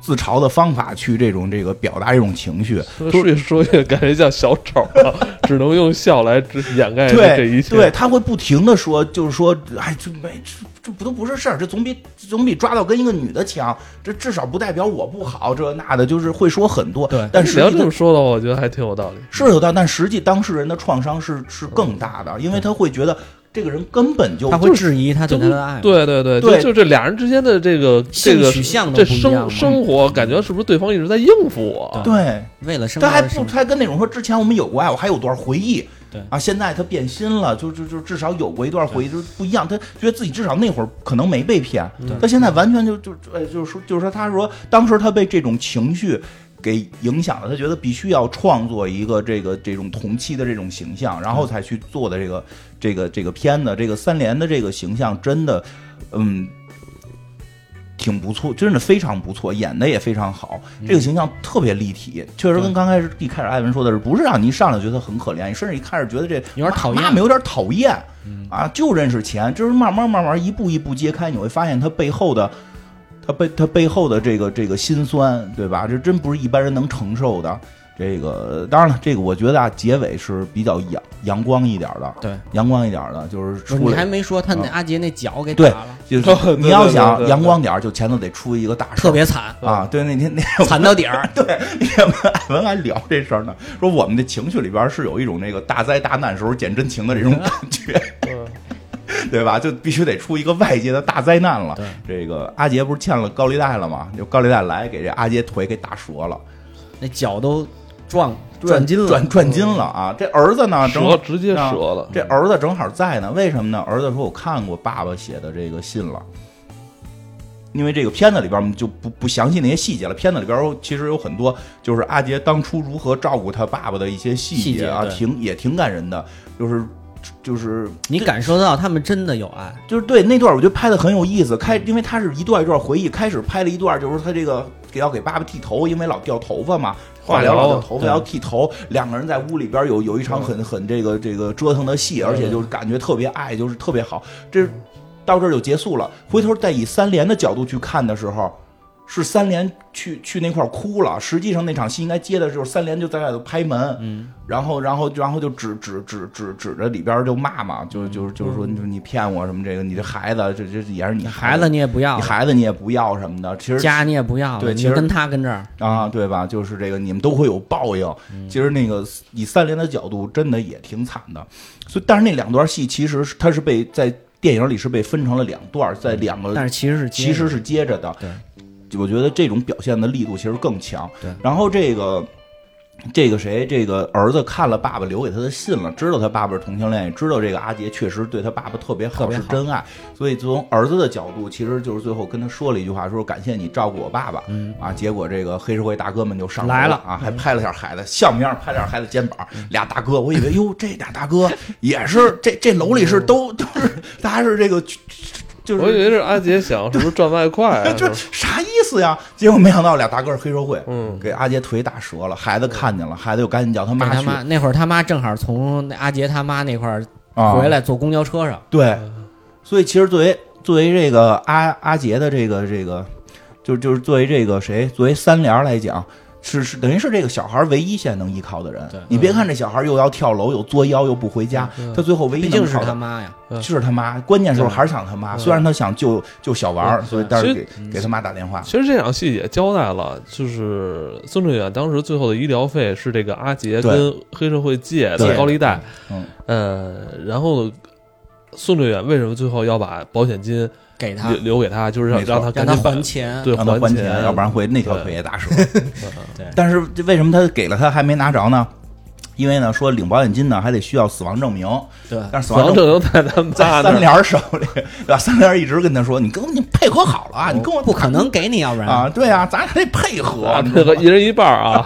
S3: 自嘲的方法去这种这个表达这种情绪。
S1: 说越说越感觉像小丑了，只能用笑来遮掩盖哎这一
S3: 对
S1: 切。
S3: 对，他会不停的说，就是说，哎，这没这这不都不是事儿，这总比这总比抓到跟一个女的强，这至少不代表我不好，这那的，就是会说很多。
S2: 对
S3: 但
S1: 你
S3: 实
S1: 要
S3: 际
S1: 这
S3: 的
S1: 么说的话，我觉得还挺有道理。
S3: 是有道，但实际当事人的创伤是是更大的，因为他会觉得这个人根本就
S2: 他会质疑他
S1: 就
S2: 对他的爱。，
S1: 对对对，
S3: 对
S1: 就就这俩人之间的这个这
S2: 性
S1: 个
S2: 取向都
S1: 这
S2: 不一样
S1: 生
S2: 嘛
S1: 生活，感觉是不是对方一直在应付我？
S3: 对。
S2: 为了生
S3: 他还
S2: 而
S3: 不
S2: 生。
S3: 还跟那种说之前我们有过爱，我还有段回忆，
S2: 对
S3: 啊，现在他变心了，就就就至少有过一段回忆，就是不一样。他觉得自己至少那会儿可能没被骗
S1: 对，
S3: 他现在完全就就哎，就是说就是说，他说当时他被这种情绪给影响了，他觉得必须要创作一个这个这种同期的这种形象，然后才去做的这个这个这个片子，这个三连的这个形象真的，嗯。挺不错，真的非常不错，演的也非常好，
S2: 嗯
S3: 这个形象特别立体，确实跟刚开始一开始艾文说的是，不是让你一上来觉得很可怜，你甚至一开始觉得这
S2: 有点讨厌嗯
S3: 妈妈有点讨厌，啊，就认识钱，就是慢慢慢慢一步一步揭开，你会发现他背后的，他背他背后的这个这个辛酸，对吧？这真不是一般人能承受的。这个当然了，这个我觉得啊，结尾是比较阳阳光一点的，
S2: 对，
S3: 阳光一点的，就是
S2: 不是
S3: 出
S2: 你
S3: 来
S2: 还没说他那
S3: 啊
S2: 阿杰那脚给打
S3: 对
S2: 了，
S3: 就
S1: 对对
S3: 是你要
S1: 对对
S3: 想
S1: 对
S3: 阳光点儿，就前头得出一个大事儿，
S2: 特别
S3: <laughs>
S2: 惨，
S3: 啊，对，那天那天
S2: 惨到底儿。
S3: 我们艾文还聊这事儿呢，说我们的情绪里边是有一种那个大灾大难时候见真情的这种感觉，
S1: 嗯
S3: 对吧？就必须得出一个外界的大灾难了。这个阿杰不是欠了高利贷了吗？就高利贷来给这阿杰腿给打折了，
S2: 那脚都撞转筋了，嗯
S3: <laughs> 转转筋了啊！这儿子呢，正
S1: 折直接
S3: 啊
S1: 折了，
S3: 这儿子正好在呢，为什么呢？儿子说我看过爸爸写的这个信了。因为这个片子里边我们就不不详细那些细节了。片子里边有其实有很多就是阿杰当初如何照顾他爸爸的一些细节啊，
S2: 细节对
S3: 挺也挺感人的。就是就是
S2: 你感受到他们真的有爱，
S3: 就是对那段，我觉得拍的很有意思。开，因为他是一段一段回忆，开始拍了一段，就是他这个给要给爸爸剃头，因为老掉头发嘛，化疗老掉头发
S2: 对
S3: 要剃头。两个人在屋里边有有一场很很这个这个折腾的戏，而且就是感觉特别爱，就是特别好。这到这儿就结束了。回头再以三连的角度去看的时候。是三连去去那块儿哭了，实际上那场戏应该接的就是三连就在外头拍门，嗯，然后然后然后就指指指指指着里边儿就骂嘛，
S2: 嗯
S3: 就就就是说你说你骗我什么这个，你这孩子这这也是你
S2: 孩
S3: 子
S2: 子，你也不要
S3: 你，孩子你也不要什么的，其实
S2: 家你也不要，
S3: 对
S2: 你
S3: 其实
S2: 就跟他跟这儿，
S3: 啊，对吧？就是这个，你们都会有报应。
S2: 嗯
S3: 其实那个以三连的角度，真的也挺惨的。所以，但是那两段戏其实是它是被在电影里是被分成了两段，在两个
S2: 但是其实是
S3: 呃其实是接着的。
S2: 对，
S3: 我觉得这种表现的力度其实更强。
S2: 对
S3: 然后这个。这个谁，这个儿子看了爸爸留给他的信了，知道他爸爸是同性恋，也知道这个阿杰确实对他爸爸特别好，
S2: 特别
S3: 是
S2: 好
S3: 真爱。所以从儿子的角度，其实就是最后跟他说了一句话，说感谢你照顾我爸爸。嗯啊，结果这个黑社会大哥们就上
S2: 来
S3: 楼
S2: 了嗯
S3: 啊，还拍了下孩子，像样拍了下孩子肩膀。俩大哥，我以为哟，这俩大哥也是这这楼里是
S2: 嗯
S3: 都都是大家是这个就是
S1: 我以为是阿杰想是不是赚外快啊，
S3: 这
S2: 哎
S1: 是吧
S3: 啥意思呀？结果没想到俩大个儿黑社会，
S1: 嗯
S3: 给阿杰腿打折了，孩子看见了，孩子又赶紧叫他
S2: 给
S3: 妈
S2: 他
S3: 去
S2: 妈那会儿他妈正好从那阿杰他妈那块儿
S3: 啊哎
S2: 回来坐公交车上，
S3: 对，所以其实作为作为这个阿阿杰的这个这个，就就是作为这个谁，作为三联儿来讲。是是，等于是这个小孩儿唯一现在能依靠的人
S2: 对。
S3: 你别看这小孩儿又要跳楼，又作妖，又不回家，他最后唯一
S2: 毕
S3: 能
S2: 竟
S3: 靠
S2: 是
S3: 的
S2: 他妈呀，
S1: 嗯
S3: 就是他妈。关键时候还是想他妈，
S1: 嗯
S3: 虽然他想救救小王儿，
S1: 嗯
S3: 所以但是
S1: 所以
S3: 给给他妈打电话。
S1: 其实这场戏也交代了，就是孙正远当时最后的医疗费是这个阿杰
S3: 对
S1: 跟黑社会借
S3: 对
S1: 的高利贷，
S3: 嗯，
S1: 呃，然后宋正远为什么最后要把保险金
S2: 给他
S1: 留留给他，就是让
S3: 没错
S1: 让他
S2: 啊让
S1: 赶
S2: 他
S1: 紧把
S2: 还钱，
S1: 对
S3: 让他还
S1: 钱，
S3: 要
S1: <laughs>
S3: 不然会那条
S1: 对
S3: 腿也打折。
S2: 对
S3: 但是这为什么他给了他还没拿着呢？因为呢，说领保险金呢还得需要死亡证明，
S2: 对，
S3: 但是死
S1: 死
S3: 亡
S1: <laughs> 亡
S3: 证
S1: 证明在咱们
S3: 在
S1: 家
S3: 三
S1: 呢，
S3: 联手里，对吧？三联一直跟他说：“你跟我你配合好了啊，你跟我
S2: 哦不可能给你，要不然
S3: 啊，对啊，咱俩得配合，
S1: 啊
S3: 你知
S1: <laughs> 这
S3: 道
S1: 个
S3: 吗
S1: 一人一半儿啊，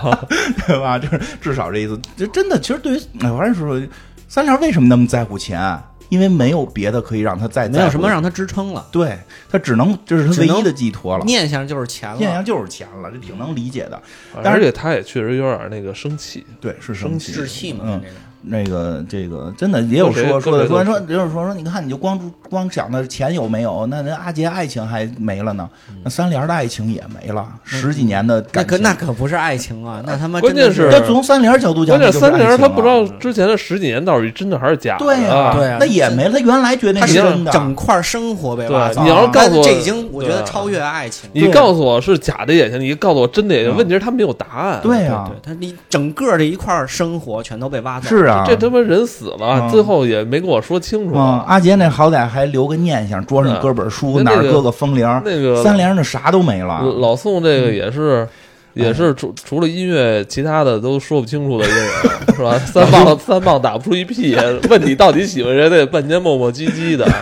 S3: 对吧？就是至少这意思。这真的，其实对于哎我还是说，三联为什么那么在乎钱？因为没有别的可以让他再
S2: 没
S3: 在
S2: 有
S3: 乎
S2: 什么让他支撑了，
S3: 对他只能这是他
S2: 只
S3: 唯
S2: 能
S3: 一的寄托了。
S2: 念想就是钱
S3: 念
S2: 了，
S3: 想就是钱了，这挺能理解的。但
S1: <laughs> 而
S3: 是
S1: 且他也确实有点那个生气，
S3: 对，是
S1: 生
S3: 气，
S1: 气
S2: 志气嘛，这
S3: 嗯
S2: 个
S3: 那个这个真的也有说
S1: 跟谁
S3: 说的
S1: 跟谁都
S3: 说说也有说说你看你就光注光想的钱有没有，那那阿杰爱情还没了呢，
S1: 嗯
S3: 那三联的爱情也没了，十几年的
S2: 那
S3: 感
S2: 可
S3: 情。
S2: 那可不是爱情
S3: <laughs>
S2: 啊，那他妈
S1: 关键
S2: 真的
S1: 是
S3: 但从三联角度讲，
S1: 关键
S3: 这就是
S1: 三
S3: 爱
S1: 菱
S3: 情
S1: 他
S3: 啊
S1: 不知道之前的十几年到底真的还是假的，
S3: 对
S1: 啊，
S2: 对啊
S3: 那也没了。他原来觉得那
S2: 他
S3: 是
S2: 是
S3: 真的，
S2: 整块生活被
S1: 对
S2: 挖走
S3: 你
S2: 了，
S3: 要是
S1: 告诉我
S2: 啊但这已经我觉得
S1: 对啊
S2: 超越爱情了。
S1: 你
S3: 对
S1: 告诉我是假的也行，你告诉我真的也行，
S3: 嗯
S1: 问题是他没有答案，
S3: 对
S2: 对
S3: 啊
S2: 对，，他你整个这一块儿生活全都被挖走，
S3: 是啊，
S1: 这他妈人死
S3: 嗯
S1: 了，最后也没跟我说清楚。啊
S3: 嗯，阿杰那好歹还留个念想，桌上
S1: 嗯
S3: 搁本书，
S1: 那
S3: 哪儿
S1: 那个
S3: 搁个风铃，
S1: 那个
S3: 三联那啥都没了
S1: 老。老宋这
S3: 嗯
S1: 个也是。
S3: 哎
S1: 也是除除了音乐，其他的都说不清楚的一个人，是吧？
S3: <laughs> <laughs>
S1: 三棒三棒打不出一屁，问你到底喜欢谁，那也半天磨磨唧唧的。啊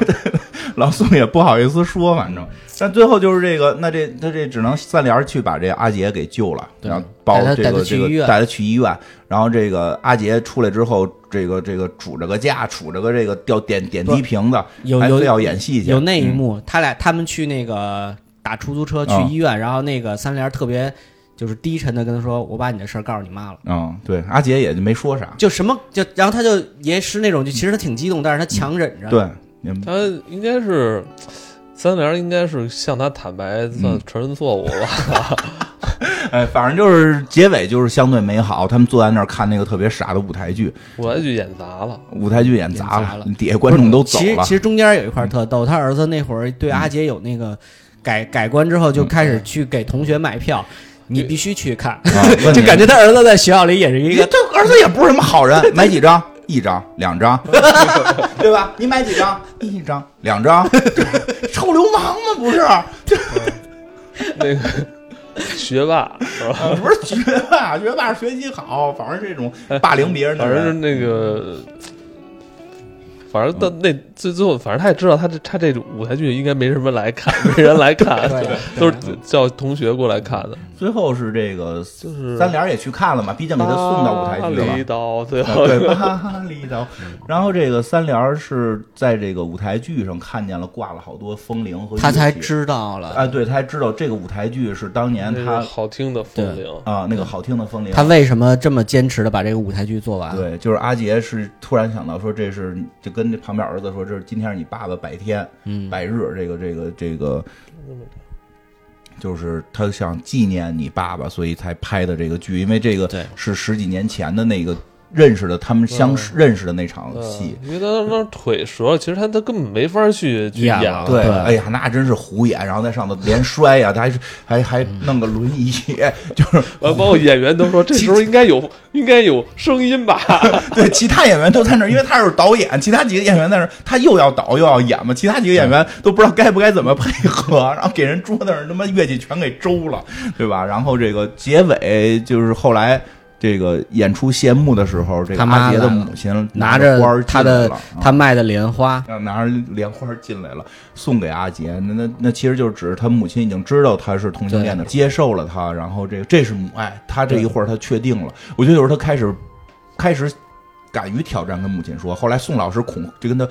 S3: 老宋也不好意思说，反正，但最后就是这个，那这他这只能三连去把这阿杰给救了，
S2: 对
S3: 然后包
S2: 带他
S3: 这
S2: 带他
S3: 个
S2: 去
S3: 这
S2: 医院
S3: 个带他去医院，然后这个阿杰出来之后，这个这个杵着个架，杵着个这个吊点点滴瓶子，
S2: 有
S3: 还
S2: 有
S3: 非要演戏去，
S2: 有那一
S3: 嗯
S2: 幕，他俩他们去那个打出租车去
S3: 嗯
S2: 医院，然后那个三连特别就是低沉的跟他说：“我把你的事儿告诉你妈了。
S3: 嗯，对，阿杰也就没说啥”，
S2: 就什么就，然后他就也是那种，就其实他挺激动，但是他强忍着。，
S3: 对，嗯
S1: 他应该是三连，应该是向他坦白
S3: 嗯
S1: 算承认错误吧？
S3: 哎，反正就是结尾就是相对美好，他们坐在那儿看那个特别傻的舞台剧，
S1: 我来就演砸了，
S3: 舞台剧演砸
S2: 演砸了
S3: 底下观众都走
S2: 其实
S3: 了嗯
S2: 其，实中间有一块特逗，他儿子那会儿对阿杰有那个改改观之后，就开始去给同学买票，你必须去看，
S3: 啊嗯 <laughs> 问
S2: 就
S3: 你
S2: 感觉他儿子在学校里也是一
S3: 你
S2: 个
S3: 这儿子也不是什么
S2: <laughs>
S3: 好人，买几张？一张、两张， <laughs> 对吧？你买几张？一张、两张， <laughs> 臭流氓吗？不是，呃
S1: 那
S3: <laughs>
S1: 个学霸是吧？
S3: 不是学霸，学霸学习好，反正这种霸凌别人的
S1: 反正是
S3: 人，
S1: 那个，反正到那最最后，反正他也知道他这他这舞台剧应该没什么来看，没人来看，
S2: 对
S1: 都是叫同学过来看的，
S3: 最后是这个
S1: 就是
S3: 嗯三联也去看了嘛，毕竟给他送到舞台剧
S1: 巴
S3: 了
S1: 厘。岛最
S3: 啊
S1: 后
S3: 对，巴厘岛。然后这个三联是在这个舞台剧上看见了挂了好多风铃和
S2: 他才
S3: 乐器
S2: 知道了，
S3: 啊，对，他才知道这个舞台剧是当年
S1: 那是
S3: 他
S1: 好听的风铃，
S3: 啊那个好听的风铃
S2: 他。为什么这么坚持的把这个舞台剧做完。
S3: 对，就是阿杰是突然想到说，这是就跟这旁边儿子说，这是今天是你爸爸百天
S2: 嗯，
S3: 百日，这个这个这个，
S1: 嗯
S3: 就是他想纪念你爸爸，所以才拍的这个剧，因为这个
S2: 对
S3: 是十几年前的那个认识的，他们相识认识的那场
S1: 嗯
S3: 戏。
S1: 因为他那腿折了，其实他他根本没法去去
S2: 演
S1: 演
S2: 了
S1: 了。
S3: 对，
S2: 对
S3: 哎呀，那真是虎眼，然后在上头连摔呀、他还是还还弄个轮椅， <laughs> 就是
S1: 完，包括演员都说这
S3: <laughs>
S1: 时候应该有应该有声音吧？ <laughs>
S3: 对，其他演员都在那儿，因为他是导演，其他几个演员在那儿，他又要导又要演嘛，其他几个演员都不知道该不该怎么配合，然后给人桌子上他妈乐器全给周了，对吧？然后这个结尾就是后来。这个演出谢幕的时候，这个
S2: 他妈
S3: 阿杰的
S2: 来了
S3: 母亲
S2: 拿
S3: 着
S2: 着
S3: 花儿
S2: 他
S3: 进来
S2: 的
S3: 了啊
S2: 他卖的莲花，
S3: 让拿着莲花进来了，送给阿杰。那那那其实就是指他母亲已经知道他是同性恋的，接受了他，然后这这是母爱。他这一会儿他确定了，我觉得就是他开始开始敢于挑战跟母亲说。后来宋老师恐就跟他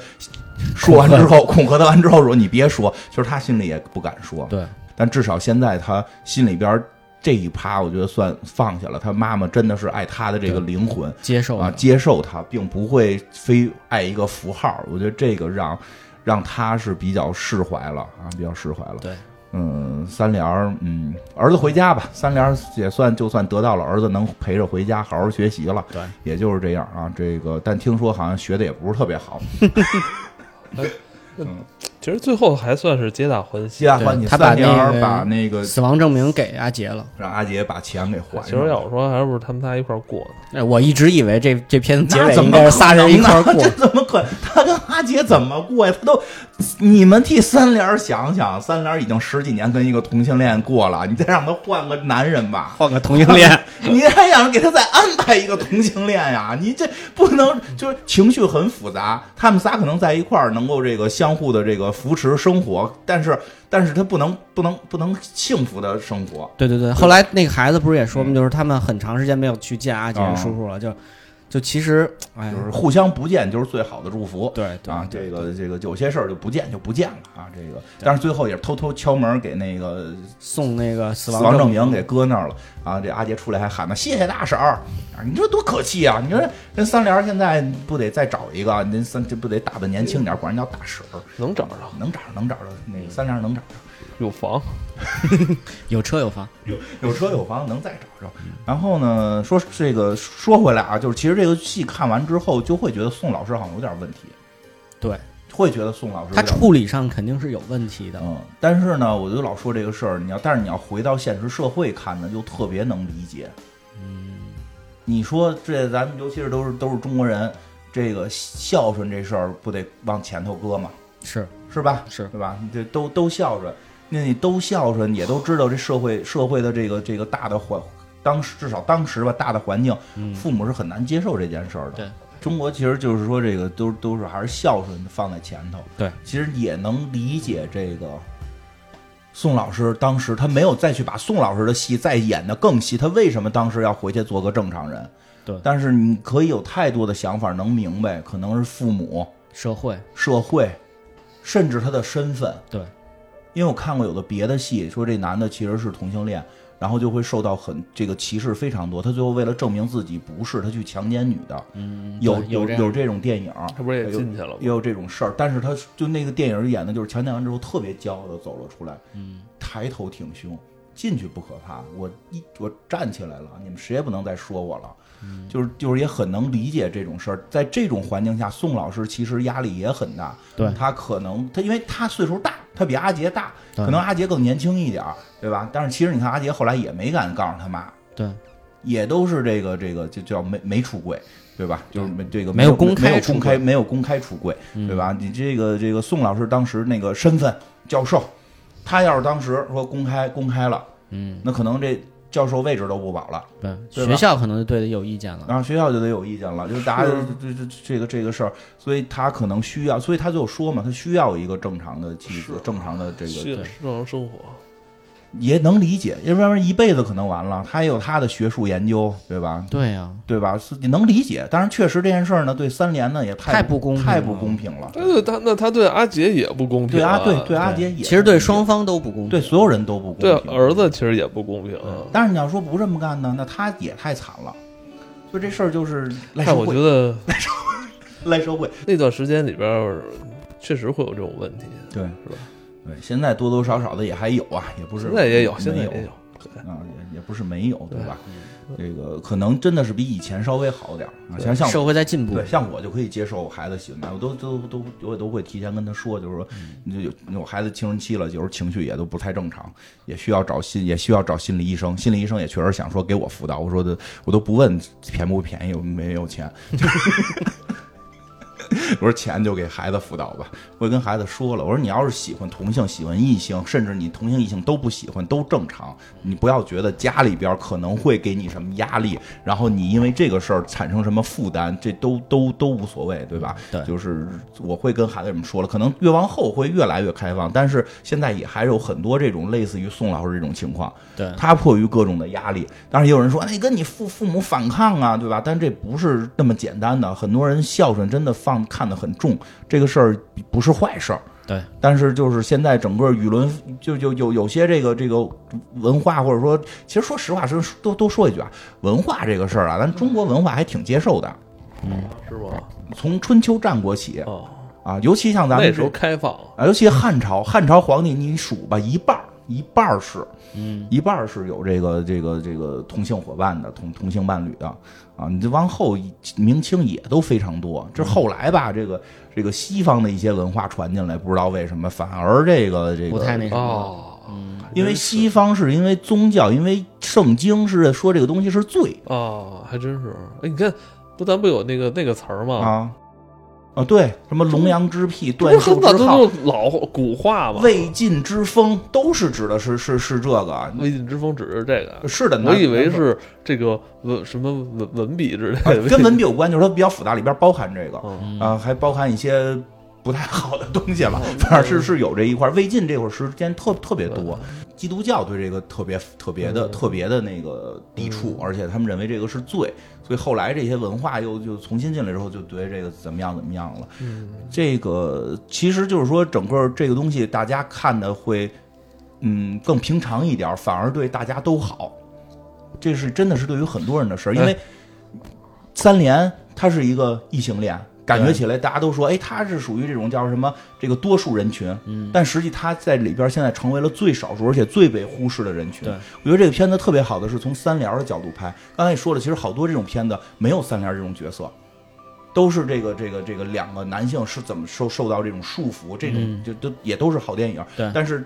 S3: 说完之后，恐吓他完之后说：“你别说。”其实他心里也不敢说，
S2: 对，
S3: 但至少现在他心里边这一趴，我觉得算放下了。他妈妈真的是爱他的这个灵魂，
S2: 接受
S3: 啊，
S2: 了
S3: 接受它，并不会非爱一个符号。我觉得这个让让他是比较释怀了啊，比较释怀了。
S2: 对，
S3: 嗯，三联儿，嗯，儿子回家吧，三联儿也算就算得到了儿子能陪着回家好好学习了。
S2: 对，
S3: 也就是这样啊。这个，但听说好像学的也不是特别好，
S1: 其实最后还算是皆大欢喜
S3: 皆。大欢喜。
S2: 对他把
S3: 三联儿
S2: 那个
S3: 把那个
S2: 死亡证明给阿杰了。
S3: 让阿杰把钱给还
S1: 其实
S3: 上。
S1: 要我说，还不是他们仨一块儿过的。
S2: 哎，我一直以为这这片结
S3: 那
S2: 尾
S3: 怎
S2: 应
S3: 么
S2: 该是仨人一块儿 <laughs>
S3: 可
S2: 过
S3: 能，呢 <laughs> 这怎么可？他跟阿杰怎么过呀？他都，你们替三联儿想想，三联儿已经十几年跟一个同性恋过了，你再让他换个男人
S2: <laughs>
S3: 吧，
S2: 换个同性恋，
S3: 你还想给他再安排一个同性恋呀？你这不能就是情绪很复杂。他们仨可能在一块儿能够这个相互的这个扶持生活，但是但是他不能不能不能幸福的生活。
S2: 对对对。后来那个孩子不是也说吗？就是他们很长时间没有去见阿杰
S3: 啊
S2: 叔叔了，就就其实哎
S3: 就，是互相不见就是最好的祝福。
S2: 对对
S3: 啊，
S2: 对
S3: 这个这个有些事儿就不见就不见了啊，这个，但是最后也是偷偷敲门给那个
S2: 送那个死
S3: 死亡证
S2: 证
S3: 明给搁那儿了啊。这阿杰出来还喊呢，谢谢大婶儿。啊你说多可气啊！你说人三联现在不得再找一个，您三这不得打扮年轻点儿，管人叫大婶儿，
S1: 能找着，
S3: 能找着能找着，那
S2: 嗯
S3: 个三联能找着。
S1: 有房，
S2: 有车有嗯房，
S3: 有车有房能再找着。然后呢，说这个说回来啊，就是其实这个戏看完之后，就会觉得宋老师好像有点问题，
S2: 对
S3: 会觉得宋老师有
S2: 他
S3: 点
S2: 处理上肯定是有问题的。
S3: 嗯，但是呢，我就老说这个事儿，你要但是你要回到现实社会看呢，就特别能理解。嗯，你说这咱们尤其是都是都是中国人，这个孝顺这事儿不得往前头搁嘛，
S2: 是
S3: 是吧？
S2: 啊是
S3: 对吧？你这都都孝顺，那你都孝顺，也都知道这社会社会的这个这个大的环，当时至少当时吧，大的环境，父母是很难接受这件事儿的。
S2: 对
S3: 中国其实就是说这个都都是还是孝顺放在前头。
S4: 对，
S3: 其实也能理解这个。宋老师当时他没有再去把宋老师的戏再演得更细，他为什么当时要回去做个正常人？
S4: 对
S3: 但是你可以有太多的想法能明白，可能是父母、
S4: 社会
S3: 社会，甚至他的身份。
S4: 对，
S3: 因为我看过有的别的戏，说这男的其实是同性恋，然后就会受到很这个歧视非常多。他最后为了证明自己不是，他去强奸女的，嗯，有
S4: 对有
S3: 有
S4: 这样
S3: 这种电影，
S1: 他不是也
S3: 有
S1: 进去了
S3: 也
S1: 吗？
S3: 有这种事儿，但是他就那个电影演的就是强奸完之后特别骄傲的走了出来，嗯，抬头挺胸，进去不可怕，我一我站起来了，你们谁也不能再说我了，嗯，就是就是也很能理解这种事儿，在这种环境下，宋老师其实压力也很大，
S4: 对
S3: 他可能他因为他岁数大，他比阿杰大，
S4: 对
S3: 可能阿杰更年轻一点儿，对吧？但是其实你看阿杰后来也没敢告诉他妈，
S4: 对
S3: 也都是这个这个就叫没没出柜，对吧？就是没这个
S2: 没有
S3: 有
S2: 公开
S3: 没有
S2: 出嗯
S3: 公开
S2: 柜
S3: 没有公开出柜，对吧？你这个这个宋老师当时那个身份教授，他要是当时说公开公开了，
S4: 嗯，
S3: 那可能这教授位置都不保了，
S2: 嗯
S4: 对，
S3: 对吧
S4: 学校可能就对他有意见
S2: 啊
S4: 了。
S3: 然后学校就得有意见了，就是大家
S1: 是
S3: 这这这个这个事儿，所以他可能需要，所以他就说嘛，他需要一个正常的妻子
S1: 是，
S3: 正常的这
S1: 是
S3: 个
S1: 正常生活，
S3: 也能理解，要不然一辈子可能完了。他也有他的学术研究，对吧？
S4: 对呀、
S3: 对吧？是你能理解，但是确实这件事儿呢，对三联呢也
S2: 太
S3: 太
S2: 不公平了
S3: 太不公平了。
S1: 但是他那他对阿杰也不公平
S3: 对
S1: 啊，
S3: 阿对对阿
S4: 对
S3: 杰也，
S2: 其实对双方都不公平。
S3: 对所有人都不公
S1: 对啊
S3: 平。
S1: 儿子其实也不公平啊。
S3: 但是你要说不这么干呢，那他也太惨了。就这事儿就是
S1: 但
S3: 赖社
S1: 我觉
S3: 会，
S1: 得
S3: 赖社会。
S1: 那段时间里边儿确实会有这种问题，
S3: 对，
S1: 是吧？
S3: 对，现在多多少少的也还有啊，也不是
S1: 现在也有，
S3: 没
S1: 现在也
S3: 有
S1: 有。对
S3: 啊，也也不是没有，对吧？这个可能真的是比以前稍微好点儿啊。像像我
S2: 社会在进步
S3: 对，，像我就可以接受我孩子喜欢买，我都都都我也都会提前跟他说，就是
S2: 嗯
S3: 说，你就有我孩子青春期了，有时候情绪也都不太正常，也需要找心也需要找心理医生，心理医生也确实想说给我辅导，我说的我都不问便不便宜，我没有钱， <laughs> 就是。我说钱就给孩子辅导吧，我也跟孩子说了，我说你要是喜欢同性、喜欢异性，甚至你同性异性都不喜欢都正常，你不要觉得家里边可能会给你什么压力，然后你因为这个事儿产生什么负担，这都都都无所谓，对吧？
S4: 对
S3: 就是我会跟孩子们说了，可能越往后会越来越开放，但是现在也还有很多这种类似于宋老师这种情况，
S4: 对
S3: 他迫于各种的压力，当然也有人说，那跟你父父母反抗啊，对吧？但这不是那么简单的，很多人孝顺真的放看得很重，这个事儿不是坏事儿。
S4: 对，
S2: 啊
S3: 但是就是现在整个舆论，就就有有些这个这个文化，或者说，其实说实话，是都都说一句啊，文化这个事儿啊，咱中国文化还挺接受的，
S1: 是吗？
S3: 从春秋战国起
S1: 哦，
S3: 啊，尤其像咱们
S1: 那
S3: 这
S1: 时候开放，
S3: 啊，尤其汉朝，汉朝皇帝你数吧，一半儿一半儿是，嗯，一半儿是有这个这个这个同性伙伴的同同性伴侣的啊。你这往后明清也都非常多，这后来吧，这个这个西方的一些文化传进来，不知道为什么，反而这个这个
S4: 不太那什么。
S1: 哦，
S2: 嗯
S3: 因为西方是因为宗教，因为圣经是说这个东西是罪
S1: 哦，还真是。哎，你看，不咱不有那个那个词儿
S4: 哦
S1: 吗？
S3: 啊啊，对，什么龙阳之癖、
S1: 不
S3: 断
S1: 是
S3: 袖
S1: 很早
S3: 之
S1: 就
S3: 好、
S1: 就老古话吗？
S3: 魏晋之风，都是指的是是是这个。
S1: 魏晋之风只是这个，
S3: 是的，
S1: 我以
S3: 那
S1: 为
S3: 那
S1: 是这个文什么文文笔之类
S3: 啊
S1: 的，
S3: 跟文笔有关，就是它比较复杂，里边包含这个
S1: 哦
S3: 啊，还包含一些不太好的东西吧。反正是是有这一块儿。魏晋这会儿时间特特别多，基督教对这个特别特别
S1: 嗯
S3: 的特别的那个抵触，而且他们认为这个是罪，所以后来这些文化又又重新进来之后，就对这个怎么样怎么样了。
S1: 嗯
S3: 这个其实就是说，整个这个东西大家看的会。嗯，更平常一点儿，反而对大家都好。这是真的是对于很多人的事儿，因为三联它是一个异性恋，感觉起来大家都说，哎，它是属于这种叫什么这个多数人群，嗯，但实际它在里边现在成为了最少数而且最被忽视的人群。
S4: 对
S3: 我觉得这个片子特别好的是从三联的角度拍，刚才也说了，其实好多这种片子没有三联这种角色。都是这个这个这个两个男性是怎么受受到这种束缚，这
S1: 嗯
S3: 种就都也都是好电影，
S4: 对
S3: 但是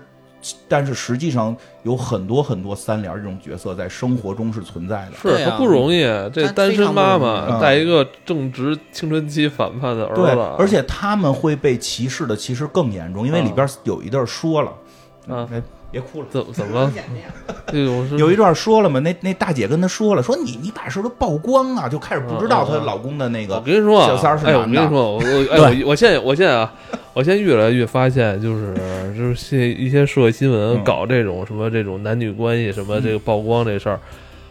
S3: 但是实际上有很多很多三联这种角色在生活中是存在的。
S1: 是
S2: 对
S1: 她
S2: 啊
S1: 不容易，这
S2: 她
S1: 单
S2: 非
S1: 身
S2: 常
S1: 妈
S2: 不容易
S1: 妈
S3: 嗯
S1: 带一个正值青春期反叛的儿
S3: 对
S1: 子，，啊嗯
S3: 而且他们会被歧视的其实更严重，因为里边有一段说了，
S1: 啊，
S3: 哎，别哭了。
S1: 怎么怎
S2: <laughs>
S1: 么了？对，我是
S3: 有一段说了嘛，那那大姐跟他说了，说你你把事儿都曝光啊，就开始不知道她
S1: 嗯嗯嗯
S3: 老公的那
S1: 我
S3: 个
S1: 跟你说啊
S3: 小三儿，是
S1: 哎，我
S3: 男
S1: 跟你
S3: 的
S1: 说，我我哎，我我现在我现在啊，我现在越来越发现，就是就是些一些社会新闻
S3: 嗯
S1: 搞这种什么这种男女关系什么这个曝光这事儿，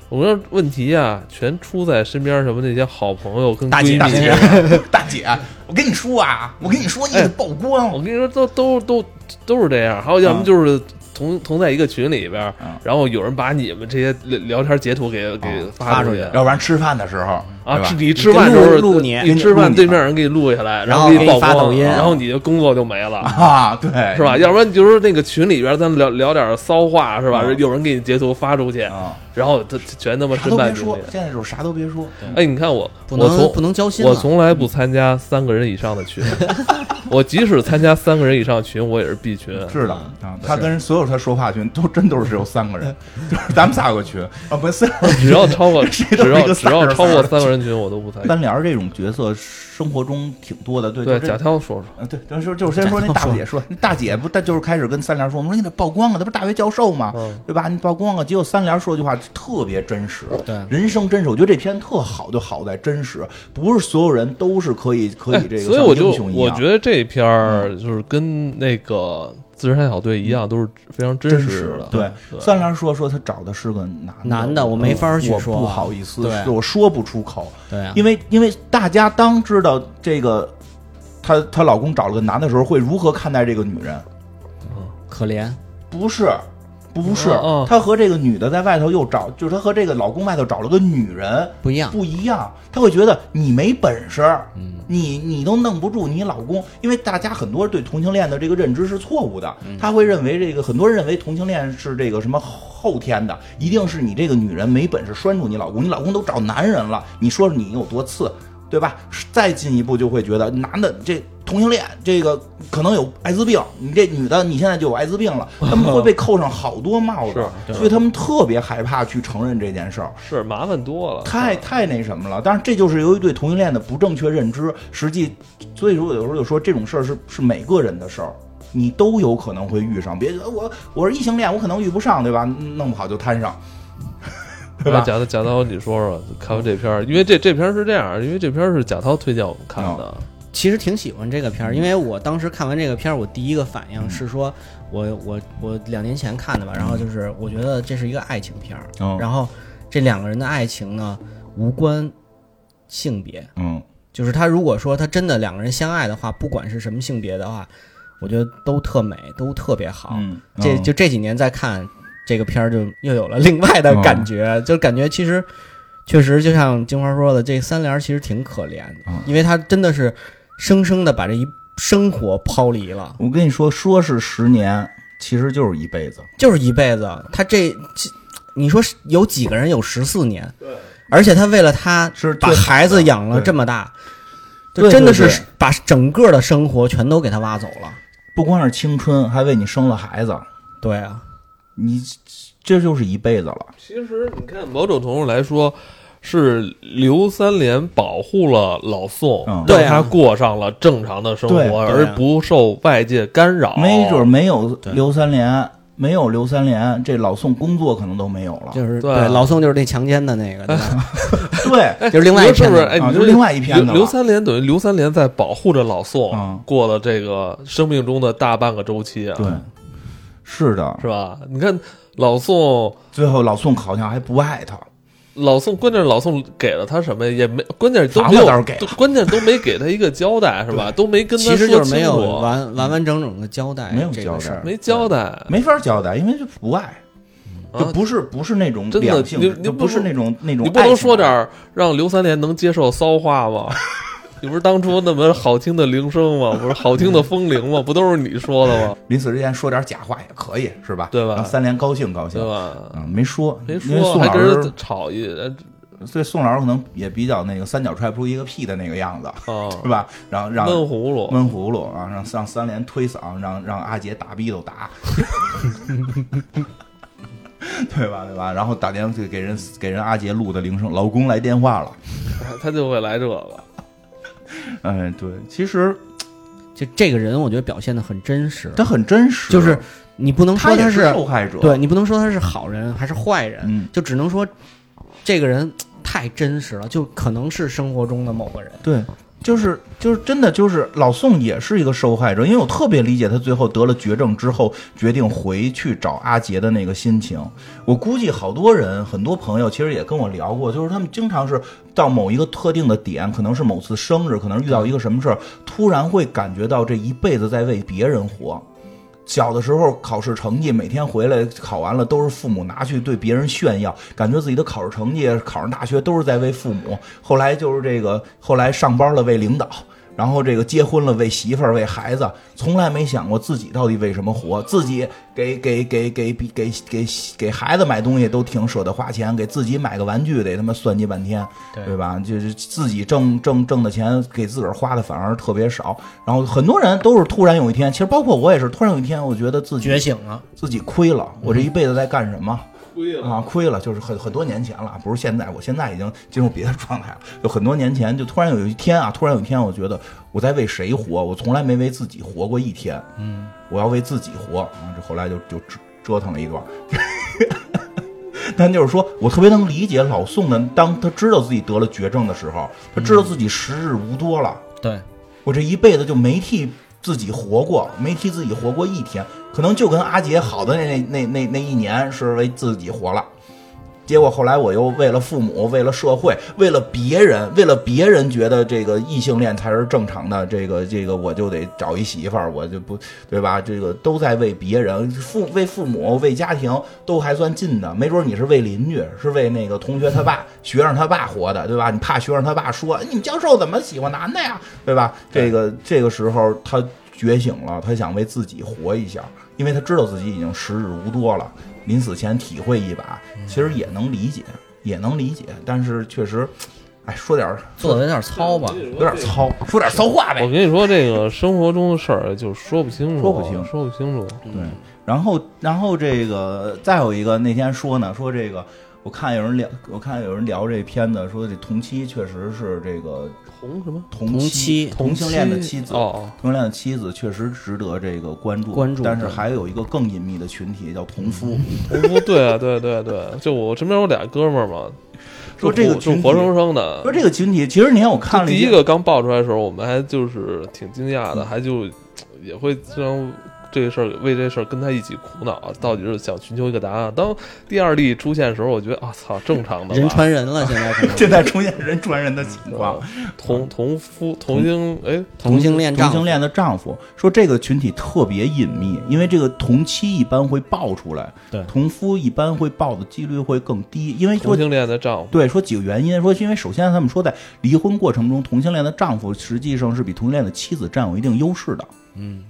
S1: 我说问题啊，全出在身边什么那些好朋友跟
S2: 大
S1: 闺
S2: 姐
S1: 蜜哎
S3: 大
S2: 姐
S3: 姐，大姐，我跟你说啊，我跟你说，你得曝光。
S1: <laughs> 我跟你说，都都都都是这样，还有要么
S3: 啊
S1: 就是同、同在一个群里边儿，
S3: 啊
S1: 然后有人把你们这些聊聊天截图给、给发
S2: 啊发出
S1: 去
S2: 去
S3: 要不然吃饭的时候
S1: 啊，吃
S3: <laughs> 对吧
S1: 你吃饭的时候
S2: 录录你
S1: 你吃
S3: 录
S1: 饭
S3: 你
S1: 对面人给你录下来，
S2: 然后
S1: 后给
S2: 给
S1: 你
S2: 你
S1: 曝
S2: 发
S1: 光
S2: 抖音
S1: 然后你的工作就没了。
S3: 啊，对，
S2: <laughs>
S1: 是吧？要不然就是那个群里边，咱聊聊点骚话，是吧？
S2: 啊
S3: 嗯
S1: 有人给你截图发出去，
S3: 啊，
S1: 然后他全他妈
S3: 啥
S1: 身
S3: 都
S1: 败
S3: 别
S1: 名
S3: 说
S1: 裂，。
S3: 现在就是啥都别说。
S1: 哎，你看我，
S2: 不
S1: 我
S2: 能
S1: 从
S2: 不能交心了。
S1: 我从来不参加三个人以上的
S2: <laughs>
S1: 群，我即使参加三个人以上群，我也是 B 群。
S3: 是的
S1: 嗯
S3: 啊，他跟所有他说话群都真都是只有三
S1: <laughs>
S3: 个人，就是咱们仨有个群啊，不是三个人
S1: 只要超过只
S3: <laughs> 谁都是一
S1: 要
S3: 个
S1: 只
S3: 三
S1: 要
S3: 人
S1: 超过
S3: 三人
S1: 三个人群，我都不参加。
S3: 单帘儿这种角色，生活中挺多的。对
S1: 对，
S3: 就
S1: 贾
S3: 这
S1: 涛说说，
S3: 嗯，对，当时就是先说那大姐
S1: <laughs>
S3: 说，那大姐不，她就是开始跟三联说，我们说你得曝光啊，她不是大学教授吗？
S1: 嗯
S3: 对吧？你曝光啊，结果三联说句话特别真实，
S2: 对
S3: 人生真实。我觉得这片特好，就好在真实，不是所有人都是可以可以这个、
S1: 哎所以我就
S3: 像英雄一
S1: 我
S3: 样嗯
S1: 觉得这篇儿就是跟那个《自杀小队》一样，都是非常真
S3: 真
S1: 实的。嗯
S3: 对，三联说说他找的是个男
S2: 男
S3: 的，
S2: 的
S3: 嗯
S2: 我没法儿去
S3: 我
S2: 说
S1: 啊
S3: 不好意思，
S2: 对
S3: 是我说不出口，
S2: 对
S1: 嗯
S2: 啊，
S3: 因为因为大家当知道这个。她她老公找了个男的时候，会如何看待这个女人？
S2: 可怜，
S3: 不是，不是
S1: 嗯嗯，
S3: 她和这个女的在外头又找，就是她和这个老公外头找了个女人，
S2: 不一样。
S3: 不一样，她会觉得你没本事，你你都弄不住你老公，因为大家很多对同性恋的这个认知是错误的，他会认为这个很多人认为同性恋是这个什么后天的，一定是你这个女人没本事拴住你老公，你老公都找男人了，你说你有多次，对吧？再进一步就会觉得男的这。同性恋这个可能有艾滋病，你这女的你现在就有艾滋病了，他们会被扣上好多帽子，
S1: 是
S3: 所以他们特别害怕去承认这件事儿。
S1: 是麻烦多 <laughs> 了。
S3: 太
S2: 啊
S3: 太那什么了。但是这就是由于对同性恋的不正确认知，实际，所以说我有时候就说这种事儿是是每个人的事儿。你都有可能会遇上，别我我是异性恋，我可能遇不上，对吧？嗯弄不好就摊上，
S1: 那
S3: 对吧？
S1: 贾涛，贾涛，你说说，看完这片儿，因为这这片儿是这样，因为这片儿是贾涛推荐我们看的，
S3: 嗯
S2: 其实挺喜欢这个片儿，因为我当时看完这个片儿，我第一个反应是说，我我我两年前看的吧，然后就是我觉得这是一个爱情片儿，
S3: 嗯
S2: 然后这两个人的爱情呢无关性别，
S3: 嗯，
S2: 就是他如果说他真的两个人相爱的话，不管是什么性别的话，我觉得都特美，都特别好。
S3: 嗯，
S2: 啊这就这几年再看这个片儿，就又有了另外
S3: 嗯
S2: 的感觉，就感觉其实确实就像金花说的，这三联儿其实挺可怜的，
S3: 嗯
S2: 因为他真的是生生的把这一生活抛离了，
S3: 我跟你说，说是十年，其实就是一辈子。
S2: 就是一辈子。他这这，你说是有几个人有十四年？对，而且他为了他
S3: 是
S2: 把
S3: 对
S2: 孩子养了
S3: 对
S2: 这么大。
S3: 对
S2: 就真的是
S3: 对
S2: 把整个的生活全都给他挖走了。
S3: 不光是青春，还为你生了孩子，
S2: 对啊，
S3: 你这就是一辈子了。
S1: 其实你看，某种程度来说，是刘三连保护了老宋，
S3: 嗯
S1: 让
S2: 对啊
S1: 他过上了正常的生
S3: 对
S1: 活，
S3: 对啊
S1: 而不受外界干扰。
S3: 没准儿没有
S2: 哦对
S3: 刘三连，没有刘三连，这老宋工作可能都没有了。
S2: 就是
S1: 对
S2: 对
S1: 啊
S2: 老宋就是那强奸的
S1: <laughs>
S2: 那个，对吧 <laughs>
S3: 对，
S2: 就是另外一
S1: 你说是
S2: 片
S1: 不
S2: 子
S1: 是？哎，
S3: 啊
S1: 你
S3: 就
S1: 说
S3: 另外一片子
S1: 刘
S3: 了
S1: 刘三连等于刘三连在保护着老宋，
S3: 嗯
S1: 过了这个生命中的大半个周期啊，
S3: 对，嗯是的，
S1: 是吧？你看老宋，
S3: 最后老宋好像还不爱他，
S1: 老宋，关键是老宋给了他什么也没，关键是都
S3: 房
S1: 没
S3: 子
S1: 有
S3: 倒是给，了
S1: 都关键都没给他一个交代，是吧？都没跟他
S2: 其
S1: 说
S2: 实
S1: 清
S2: 就是没有
S1: 楚，
S2: 完完完整整的交代，
S3: 没有
S2: 这
S3: 交
S2: 个
S3: 代
S2: 事儿。
S1: 没交代，
S3: 没法交代，因为就不爱，
S1: 啊
S3: 就不是不是那种
S1: 真的
S3: 两性
S1: 你
S3: 质，
S1: 你
S3: 就
S1: 不
S3: 不是
S1: 能
S3: 那种那种爱情的。
S1: 你不能说点儿让刘三连能接受骚话吗？ <laughs> 你不是当初那么好听的铃声吗？不是好听的风铃吗？不都是你说的吗？
S3: 临死之前说点假话也可以，是吧？
S1: 对吧
S3: 让三连高兴高兴
S1: 对。吧？
S3: 嗯，没说，
S1: 没
S3: 因为
S1: 说，
S3: 宋
S1: 还
S3: 老
S1: 跟
S3: 师
S1: 人，吵一呃
S3: 所以宋老师可能也比较那个三脚踹不出一个屁的那个样子，
S1: 啊，
S3: 是吧？然后让
S1: 闷葫芦，
S3: 闷葫芦啊，让让三连推搡，让让阿杰打逼都打， <laughs> 对吧？对吧？然后打电话给给人给人阿杰录的铃声，老公来电话了。
S1: 他就会来这个。
S3: 哎，对，其实
S2: 就这个人，我觉得表现的很真实，
S3: 他很真实，
S2: 就是你不能
S3: 他
S2: 说
S3: 也
S2: 是
S3: 受害者，
S2: 对你不能说他是好人还是坏人，
S3: 嗯，
S2: 就只能说这个人太真实了，就可能是生活中的某个人。
S3: 对，就是就是真的就是老宋也是一个受害者，因为我特别理解他最后得了绝症之后决定回去找阿杰的那个心情。我估计好多人，很多朋友其实也跟我聊过，就是他们经常是到某一个特定的点，可能是某次生日，可能是遇到一个什么事儿，突然会感觉到这一辈子在为别人活。小的时候考试成绩每天回来考完了都是父母拿去对别人炫耀，感觉自己的考试成绩考上大学都是在为父母。后来就是这个，后来上班了为领导，然后这个结婚了为媳妇儿为孩子，从来没想过自己到底为什么活。自己给给给给给给给给孩子买东西都挺舍得花钱，给自己买个玩具得他妈算计半天，
S2: 对
S3: 对吧？就是自己挣挣挣的钱给自个儿花的反而特别少。然后很多人都是突然有一天，其实包括我也是突然有一天，我觉得自己
S2: 觉醒了，
S3: 自己亏了，我这一辈子在干什么？嗯亏了啊，亏了，就是很很多年前了，不是现在，我现在已经进入别的状态了。 <laughs> 就很多年前，就突然有一天啊，突然有一天，我觉得我在为谁活？我从来没为自己活过一天。嗯，我要为自己活啊！这后来就就折折腾了一段。 <laughs> 但就是说，我特别能理解老宋的，当他知道自己得了绝症的时候，他知道自己时日无多了，
S2: 对，
S3: 我这一辈子就没替自己活过，没替自己活过一天，可能就跟阿杰好的那那那那那一年是为自己活了。结果后来我又为了父母，为了社会，为了别人，为了别人觉得这个异性恋才是正常的，这个这个我就得找一媳妇儿，我就不对吧？这个都在为别人，父为父母为家庭都还算近的，没准你是为邻居，是为那个同学他爸、学生他爸活的，对吧？你怕学生他爸说你们教授怎么喜欢男的呀，对吧？这个这个时候他觉醒了，他想为自己活一下，因为他知道自己已经时日无多了，临死前体会一把，其实也能理解，也能理解，但是确实，哎，说点儿
S2: 做的有点糙吧？
S3: 有点糙，说点骚话呗
S1: 我。跟你说，这个生活中的事儿就说不清楚，
S3: 说不清
S1: 说不清楚。
S3: 对，然后然后这个再有一个那天说呢，说这个我看有人聊，我看有人聊这片子，说这同妻确实是这个
S1: 同什么？
S3: 同
S2: 同
S3: 妻
S2: 妻
S3: 同性恋的妻子。
S1: 哦，
S3: 同性恋的妻子确实值得这个关注，
S2: 关注
S3: 但是
S2: 对
S3: 还有一个更隐秘的群体叫同夫，
S1: 同夫，对啊，对对对，就我身边有俩哥们儿嘛，就
S3: 说这个
S1: 活就
S3: 群体
S1: 活生生的
S3: 说。这个群体，其实你看我看
S1: 就
S3: 了
S1: 第
S3: 一
S1: 一个刚爆出来的时候，我们还就是挺惊讶的，还就也会经常这个事儿为这事儿跟他一起苦恼，啊到底是想寻求一个答案。当第二例出现的时候，我觉得啊操，正常的吧
S2: 人传人了，现在可能
S3: <laughs> 现在出现人传人的情况
S1: 啊，同同夫同性哎
S2: 同性恋
S3: 同
S2: 丈
S3: 性
S2: 夫
S3: 恋的丈夫说这个群体特别隐秘，因为这个同妻一般会爆出来，
S2: 对
S3: 同夫一般会爆的几率会更低，因为
S1: <laughs> 同
S3: 说
S1: 性恋的丈夫
S3: 对说几个原因，说因为首先他们说在离婚过程中，同性恋的丈夫实际上是比同性恋的妻子占有一定优势的。
S1: 嗯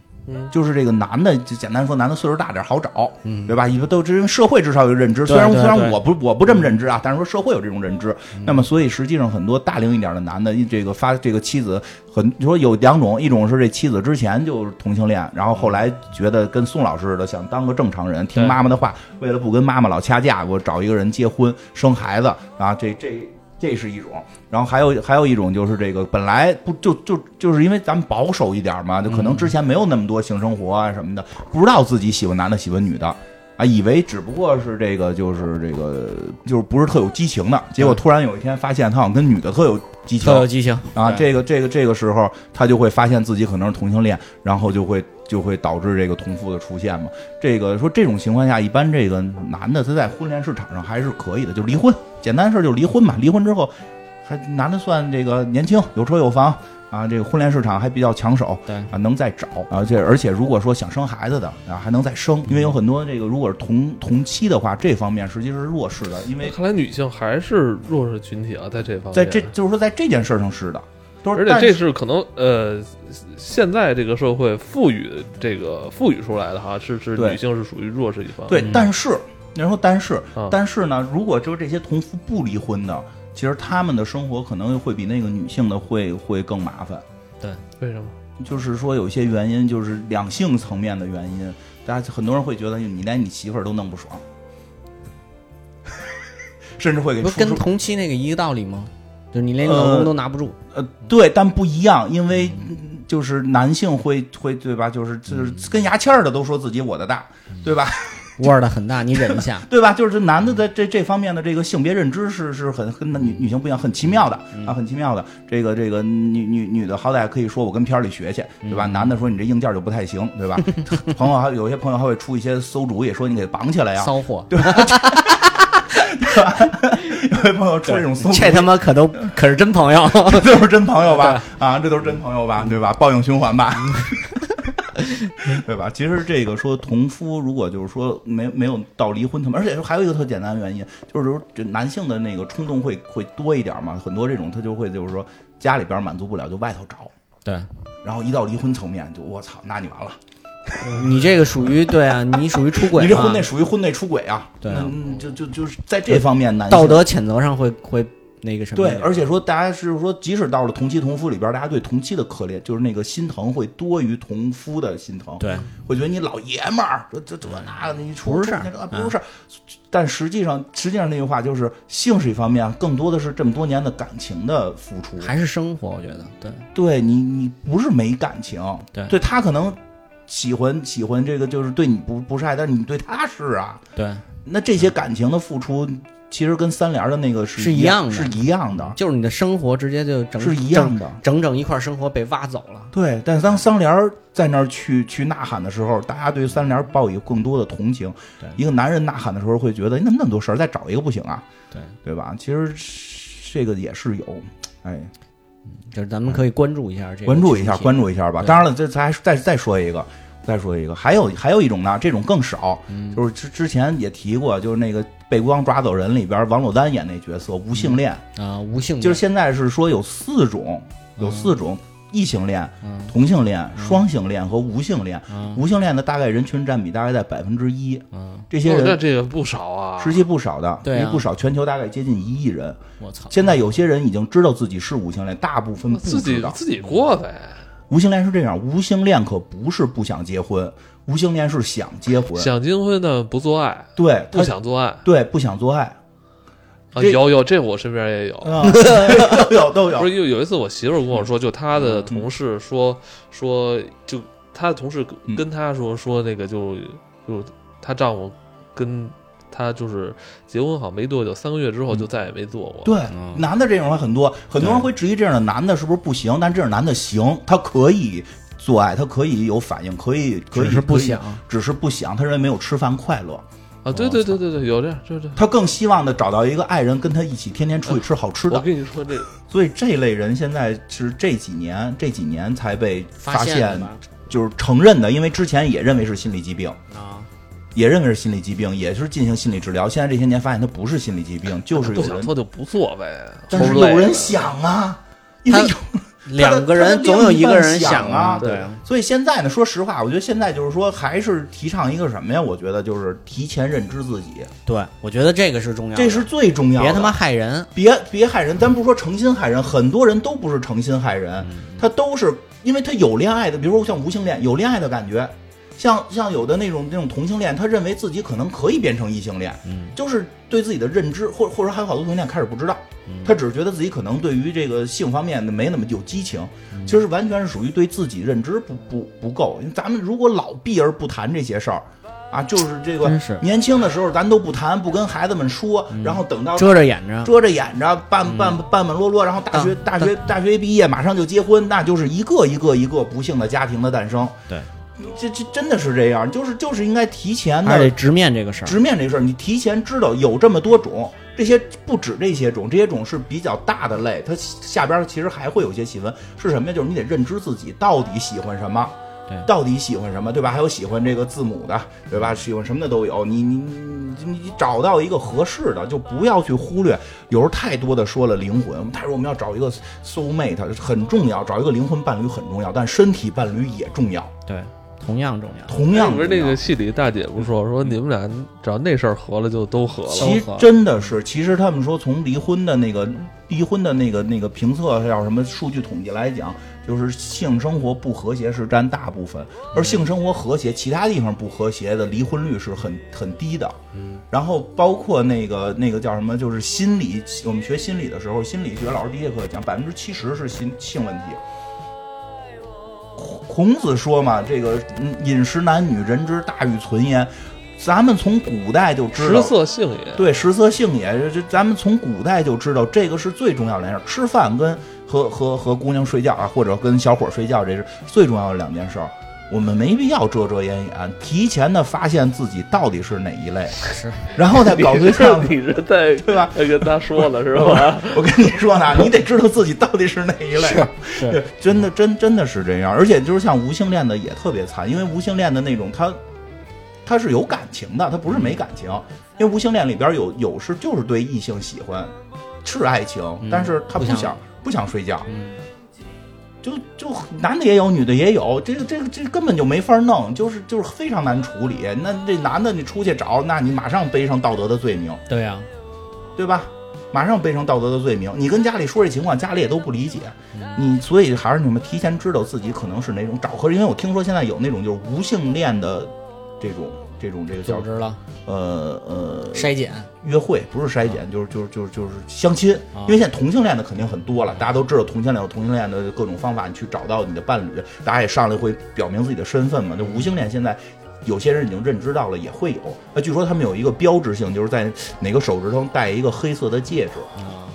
S3: 就是这个男的，就简单说，男的岁数大点儿好找，对吧？因为都因为社会至少有认知，虽然
S2: 嗯对对
S3: 虽然
S2: 对嗯
S3: 我不我不这么认知啊，但是说社会有这种认知，那么所以实际上很多大龄一点的男的，这个发这个妻子很，你说有两种，一种是这妻子之前就是同性恋，然后后来觉得跟宋老师似的，想当个正常人，听
S1: 对
S3: 妈妈的话，为了不跟妈妈老掐架，我找一个人结婚生孩子啊，这这。这是一种，然后还有还有一种就是这个本来不就就就是因为咱们保守一点嘛，就
S2: 嗯
S3: 可能之前没有那么多性生活啊什么的，不知道自己喜欢男的喜欢女的，啊，以为只不过是这个，就是这个，就是不是特有激情的。结果突然有一天发现，他好像跟女的特有激情
S2: 特有激情，
S3: 啊。
S2: 对
S3: 这个这个这个时候，他就会发现自己可能是同性恋，然后就会就会导致这个同父的出现嘛。这个说这种情况下，一般这个男的他在婚恋市场上还是可以的，就离婚，简单事儿就离婚嘛。离婚之后，还男的算这个年轻，有车有房。啊，这个婚恋市场还比较抢手，
S2: 对
S3: 啊，能再找，而且而且如果说想生孩子的啊，还能再生，因为有很多这个如果是同同期的话，这方面实际是弱势的，因为
S1: 看来女性还是弱势群体啊，在这方面。
S3: 在这就是说在这件事上是的，都是
S1: 而
S3: 但
S1: 且这是可能呃，现在这个社会赋予这个赋予出来的哈，是是
S3: 对
S1: 女性是属于弱势一方。
S2: 嗯
S3: 对，但是然后但是、
S1: 啊
S3: 但是呢，如果就是这些同夫不离婚的，其实他们的生活可能会比那个女性的会会更麻烦。
S1: 为什么？
S3: 就是说有一些原因，就是两性层面的原因，大家很多人会觉得你连你媳妇儿都弄不 <laughs> 爽，甚至会给
S2: 不
S3: 出
S2: 是跟
S3: 出
S2: 同期那个一个道理吗？就是你连老公都拿不住。
S3: 呃，对，但不一样，因为就是男性会会对吧？就是
S2: 嗯
S3: 就是跟牙签儿的都说自己我的大，对吧？。
S2: 味儿的很大，你忍一下
S3: <laughs> 对吧？就是男的在这这方面的这个性别认知是是很跟女女性不一样，很奇妙的啊，很奇妙的。这个这个女女女的好歹可以说我跟片儿里学去，对吧？男的说你这硬件就不太行，对吧？ <laughs> 朋友还有些朋友还会出一些馊主意，说你给绑起来哎呀，
S2: 骚货，
S3: <laughs> 有些朋友出这种馊主意
S2: 这，他妈可都可是真 <laughs> 朋友。
S3: <laughs> 这都是真朋友吧？啊，这都是真朋友吧？对吧？报应循环吧，
S2: 嗯
S3: <laughs> 对吧？其实这个说同夫，如果就是说没没有到离婚他们，而且说还有一个特简单的原因，就是说这男性的那个冲动会会多一点嘛，很多这种他就会就是说家里边满足不了就外头找，
S4: 对，
S3: 然后一到离婚层面就我操，那你完了，
S2: 你这个属于对啊，你属于出轨
S3: 你
S2: 嘛，
S3: 这婚内属于婚内出轨啊，
S2: 对啊
S3: 嗯，就就就是在这方面男性
S2: 道德谴责上会会那个什么。
S3: 对，而且说大家是说，即使到了同妻同夫里边，大家对同妻的可怜，就是那个心疼会多于同夫的心疼。
S4: 对，
S3: 会觉得你老爷们儿，这这这那的，你出
S2: 不是事儿啊
S3: 出不是事儿。但实际上，实际上那句话就是，性是一方面，啊更多的是这么多年的感情的付出。
S2: 还是生活，我觉得对。
S3: 对你，你不是没感情，
S4: 对
S3: 他可能喜欢喜欢这个，就是对你不不是爱，但是你对他是啊。
S4: 对，
S3: 那这些感情的付出，其实跟三联儿的那个是
S2: 嗯是
S3: 一
S2: 一样的
S3: 是一样的，
S2: 就是你的生活直接就整
S3: 是一样的。
S2: 整整整一块生活被挖走了。
S3: 对，但是当桑莲儿在那儿去去呐喊的时候，大家对桑莲儿抱有更多的同情
S4: 对。
S3: 一个男人呐喊的时候，会觉得你怎么那么多事儿，再找一个不行啊？
S4: 对，
S3: 对吧？其实这个也是有，哎，
S2: 就是咱们可以关注一下这个，
S3: 关注一下，关
S2: 注。
S3: 注一下吧。
S2: 对
S3: 当然了，这再再再说一个，再说一个，还有还有一种呢，这种更少，
S4: 嗯
S3: 就是之之前也提过，就是那个《被光抓走人》里边王珞丹演那角色无
S4: 嗯
S3: 性恋，
S2: 啊、无
S1: 嗯
S2: 性
S3: 就是
S2: 恋
S3: 现在是说有四种，有四种。异性恋、
S1: 嗯
S3: 同性恋、双性恋和无性恋，无性恋的大概人群占比大概在百分之一，
S2: 嗯
S3: 这些
S1: 哦那
S3: 人
S1: 这个不少啊，
S3: 实际不少的，
S2: 对啊
S3: 因为不少，全球大概接近一亿人。
S4: 我操，
S3: 现在有些人已经知道自己是无性恋，大部分
S1: 那
S3: 嗯不
S1: 哦自己
S3: 知道。
S1: 自己过呗，
S3: 无性恋是这样，无性恋可不是不想结婚，无性恋是想结婚，
S1: 想结婚但不做爱，
S3: 对，
S1: 不
S3: 他
S1: 想做爱
S3: 对不想做爱，
S1: 啊，
S3: 这
S1: 有有这我身边也有，
S3: 啊都 <laughs> 有都
S1: <laughs>
S3: 有
S1: 不，是有有一次我媳妇儿跟我说，就她
S3: 嗯
S1: 的同事说、说，就她的同事
S3: 嗯
S1: 跟她说、说那个就就她丈夫跟她就是结婚好没多久，三个月之后就再也没做过。
S3: 嗯对，
S2: 嗯
S3: 男的这种还很多，很多人会质疑这样的男的是不是不行，但这样男的行，他可以做爱，他可以有反应，可以可以
S2: 只是不
S3: 可以
S2: 想
S3: 只是不想，他认为没有吃饭快乐，
S1: 啊，对对对对对，有这样，就是这样。
S3: 他更希望的找到一个爱人跟他一起天天出去吃好吃
S1: 我
S3: 的，
S1: 跟你说这
S3: 所以这类人现在是这几年这几年才被发
S2: 现
S3: 现
S2: 的，吧
S3: 就是承认的，因为之前也认为是心理疾病。
S2: 啊，
S3: 也认为是心理疾病，也是进行心理治疗。现在这些年发现他不是心理疾病，就是
S1: 不
S3: 有
S1: 想
S3: 人，
S1: 做就不做呗。
S3: 但是
S1: 齁累
S3: 有人
S1: 的
S3: 想啊，因为
S2: 他
S3: 有
S2: 两个人总有一个人啊，
S3: 他的另一半想啊
S2: 对啊，
S3: 所以现在呢，说实话，我觉得现在就是说，还是提倡一个什么呀？我觉得就是提前认知自己，
S2: 对，我觉得这个是重要的，
S3: 这是最重要的。
S2: 别他妈害人，
S3: 别别害人，咱不说诚心害人，很多人都不是诚心害
S4: 嗯
S3: 人，他都是因为他有恋爱的，比如说像无性恋有恋爱的感觉，像像有的那种那种同性恋，他认为自己可能可以变成异性恋，
S4: 嗯
S3: 就是对自己的认知，或或者还有好多同性恋开始不知道，
S4: 嗯
S3: 他只是觉得自己可能对于这个性方面的没那么有激情，
S4: 嗯
S3: 其实完全是属于对自己认知不不不够。因为咱们如果老避而不谈这些事儿。啊，就是这个
S4: 真是嗯
S3: 年轻的时候，咱都不谈，不跟孩子们说，然后等到
S2: 遮着掩着，
S3: 遮着掩着，半半半半落落，然后大学大学大学一毕业马上就结婚，那就是一个一个一个不幸的家庭的诞生。
S4: 对，
S3: 这这真的是这样，就是就是应该提前
S2: 还得
S3: 的
S2: 直面这个事儿。
S3: 直面这事儿，你提前知道有这么多种。这些不止这些种，这些种是比较大的类，它下边其实还会有一些细分，是什么呀？就是你得认知自己到底喜欢什么
S4: 对，
S3: 到底喜欢什么，对吧？还有喜欢这个字母的，对吧？喜欢什么的都有，你你你你你找到一个合适的，就不要去忽略。有时候太多的说了灵魂，但是我们要找一个 soul mate 很重要，找一个灵魂伴侣很重要，但身体伴侣也重要。
S4: 对，
S2: 同样重要。
S3: 同样嗯
S1: 不是那
S3: 重要
S1: 个戏里大姐不说说你们俩只要那事儿和了就都和了，
S3: 其实真的是，其实他们说从离婚的那个离婚的那个那个评测要什么数据统计来讲，就是性生活不和谐是占大部分，而性生活和谐，其他地方不和谐的离婚率是很很低的。嗯，然后包括那个那个叫什么，就是心理，我们学心理的时候，心理学老师第一节课讲，百分之七十是心性问题。孔子说嘛，这个嗯饮食男女，人之大欲存焉。咱们从古代就知道
S1: 食，色性也。。
S3: 对，食色性也，这这咱们从古代就知道这个是最重要的两件事，吃饭跟和和和姑娘睡觉啊，或者跟小伙儿睡觉，这是最重要的两件事儿。我们没必要遮遮掩掩，提前的发现自己到底是哪一类，
S2: 是，
S3: 然后再搞对象
S1: <laughs> 你是在
S3: 对吧？
S1: 在跟他说了是吧？
S3: <laughs> 我跟你说呢，你得知道自己到底是哪一类。对， <laughs> 真的真真的是这样，而且就是像无性恋的也特别惨，因为无性恋的那种他他是有感情的，他不是没感情，因为无性恋里边有有是就是对异性喜欢，是爱情，但是他
S2: 不
S3: 不想
S2: 想
S3: 嗯不想睡觉，
S2: 嗯
S3: 就就男的也有，女的也有，这个这个这个根本就没法弄，就是就是非常难处理。那这男的你出去找，那你马上背上道德的罪名，
S2: 对啊呀、
S3: 对吧？马上背上道德的罪名。你跟家里说这情况，家里也都不理解。你所以还是你们提前知道自己可能是哪种找合适，因为我听说现在有那种就是无性恋的这种这种这个叫
S2: 组织了
S3: 呃呃
S2: 筛检，
S3: 约会，不是筛
S1: 啊
S3: 检，就是就是就是就是相亲。
S2: 啊
S3: 因为现在同性恋的肯定很多了，大家都知道同性恋有同性恋的各种方法，你去找到你的伴侣，大家也上来会表明自己的身份嘛。就无性恋现在。有些人已经认知到了，也会有。呃，据说他们有一个标志性，就是在哪个手指头戴一个黑色的戒指，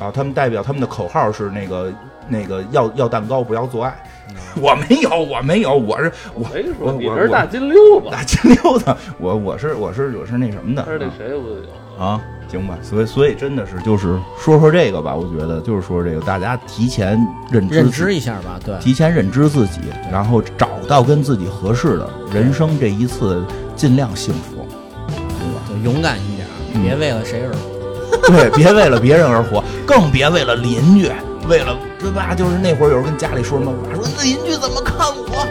S2: 啊
S3: 啊，他们代表他们的口号是那个那个要要蛋糕不要做爱。
S1: 嗯
S3: <laughs> 我没有，我没有，我是我
S1: 没
S3: 我
S1: 说你
S3: 我
S1: 这是大
S3: 我
S1: 金溜子，
S3: 大金溜子，我我是我是我是那什么的
S1: 他是那
S3: 啊
S1: 谁不就有？
S3: 啊，行吧。所以所以真的是就是说说这个吧，我觉得就是说这个大家提前认知
S2: 认
S3: 自
S2: 知一下吧。对，
S3: 提前认知自己，然后找到跟自己合适的人生这一次尽量幸福，对吧？
S2: 就勇敢一点，
S3: 嗯
S2: 别为了谁而活。
S3: 对，别为了别人而活，更别为了邻居，为了对吧？就是那会儿有人跟家里说什么，我说那邻居怎么看我？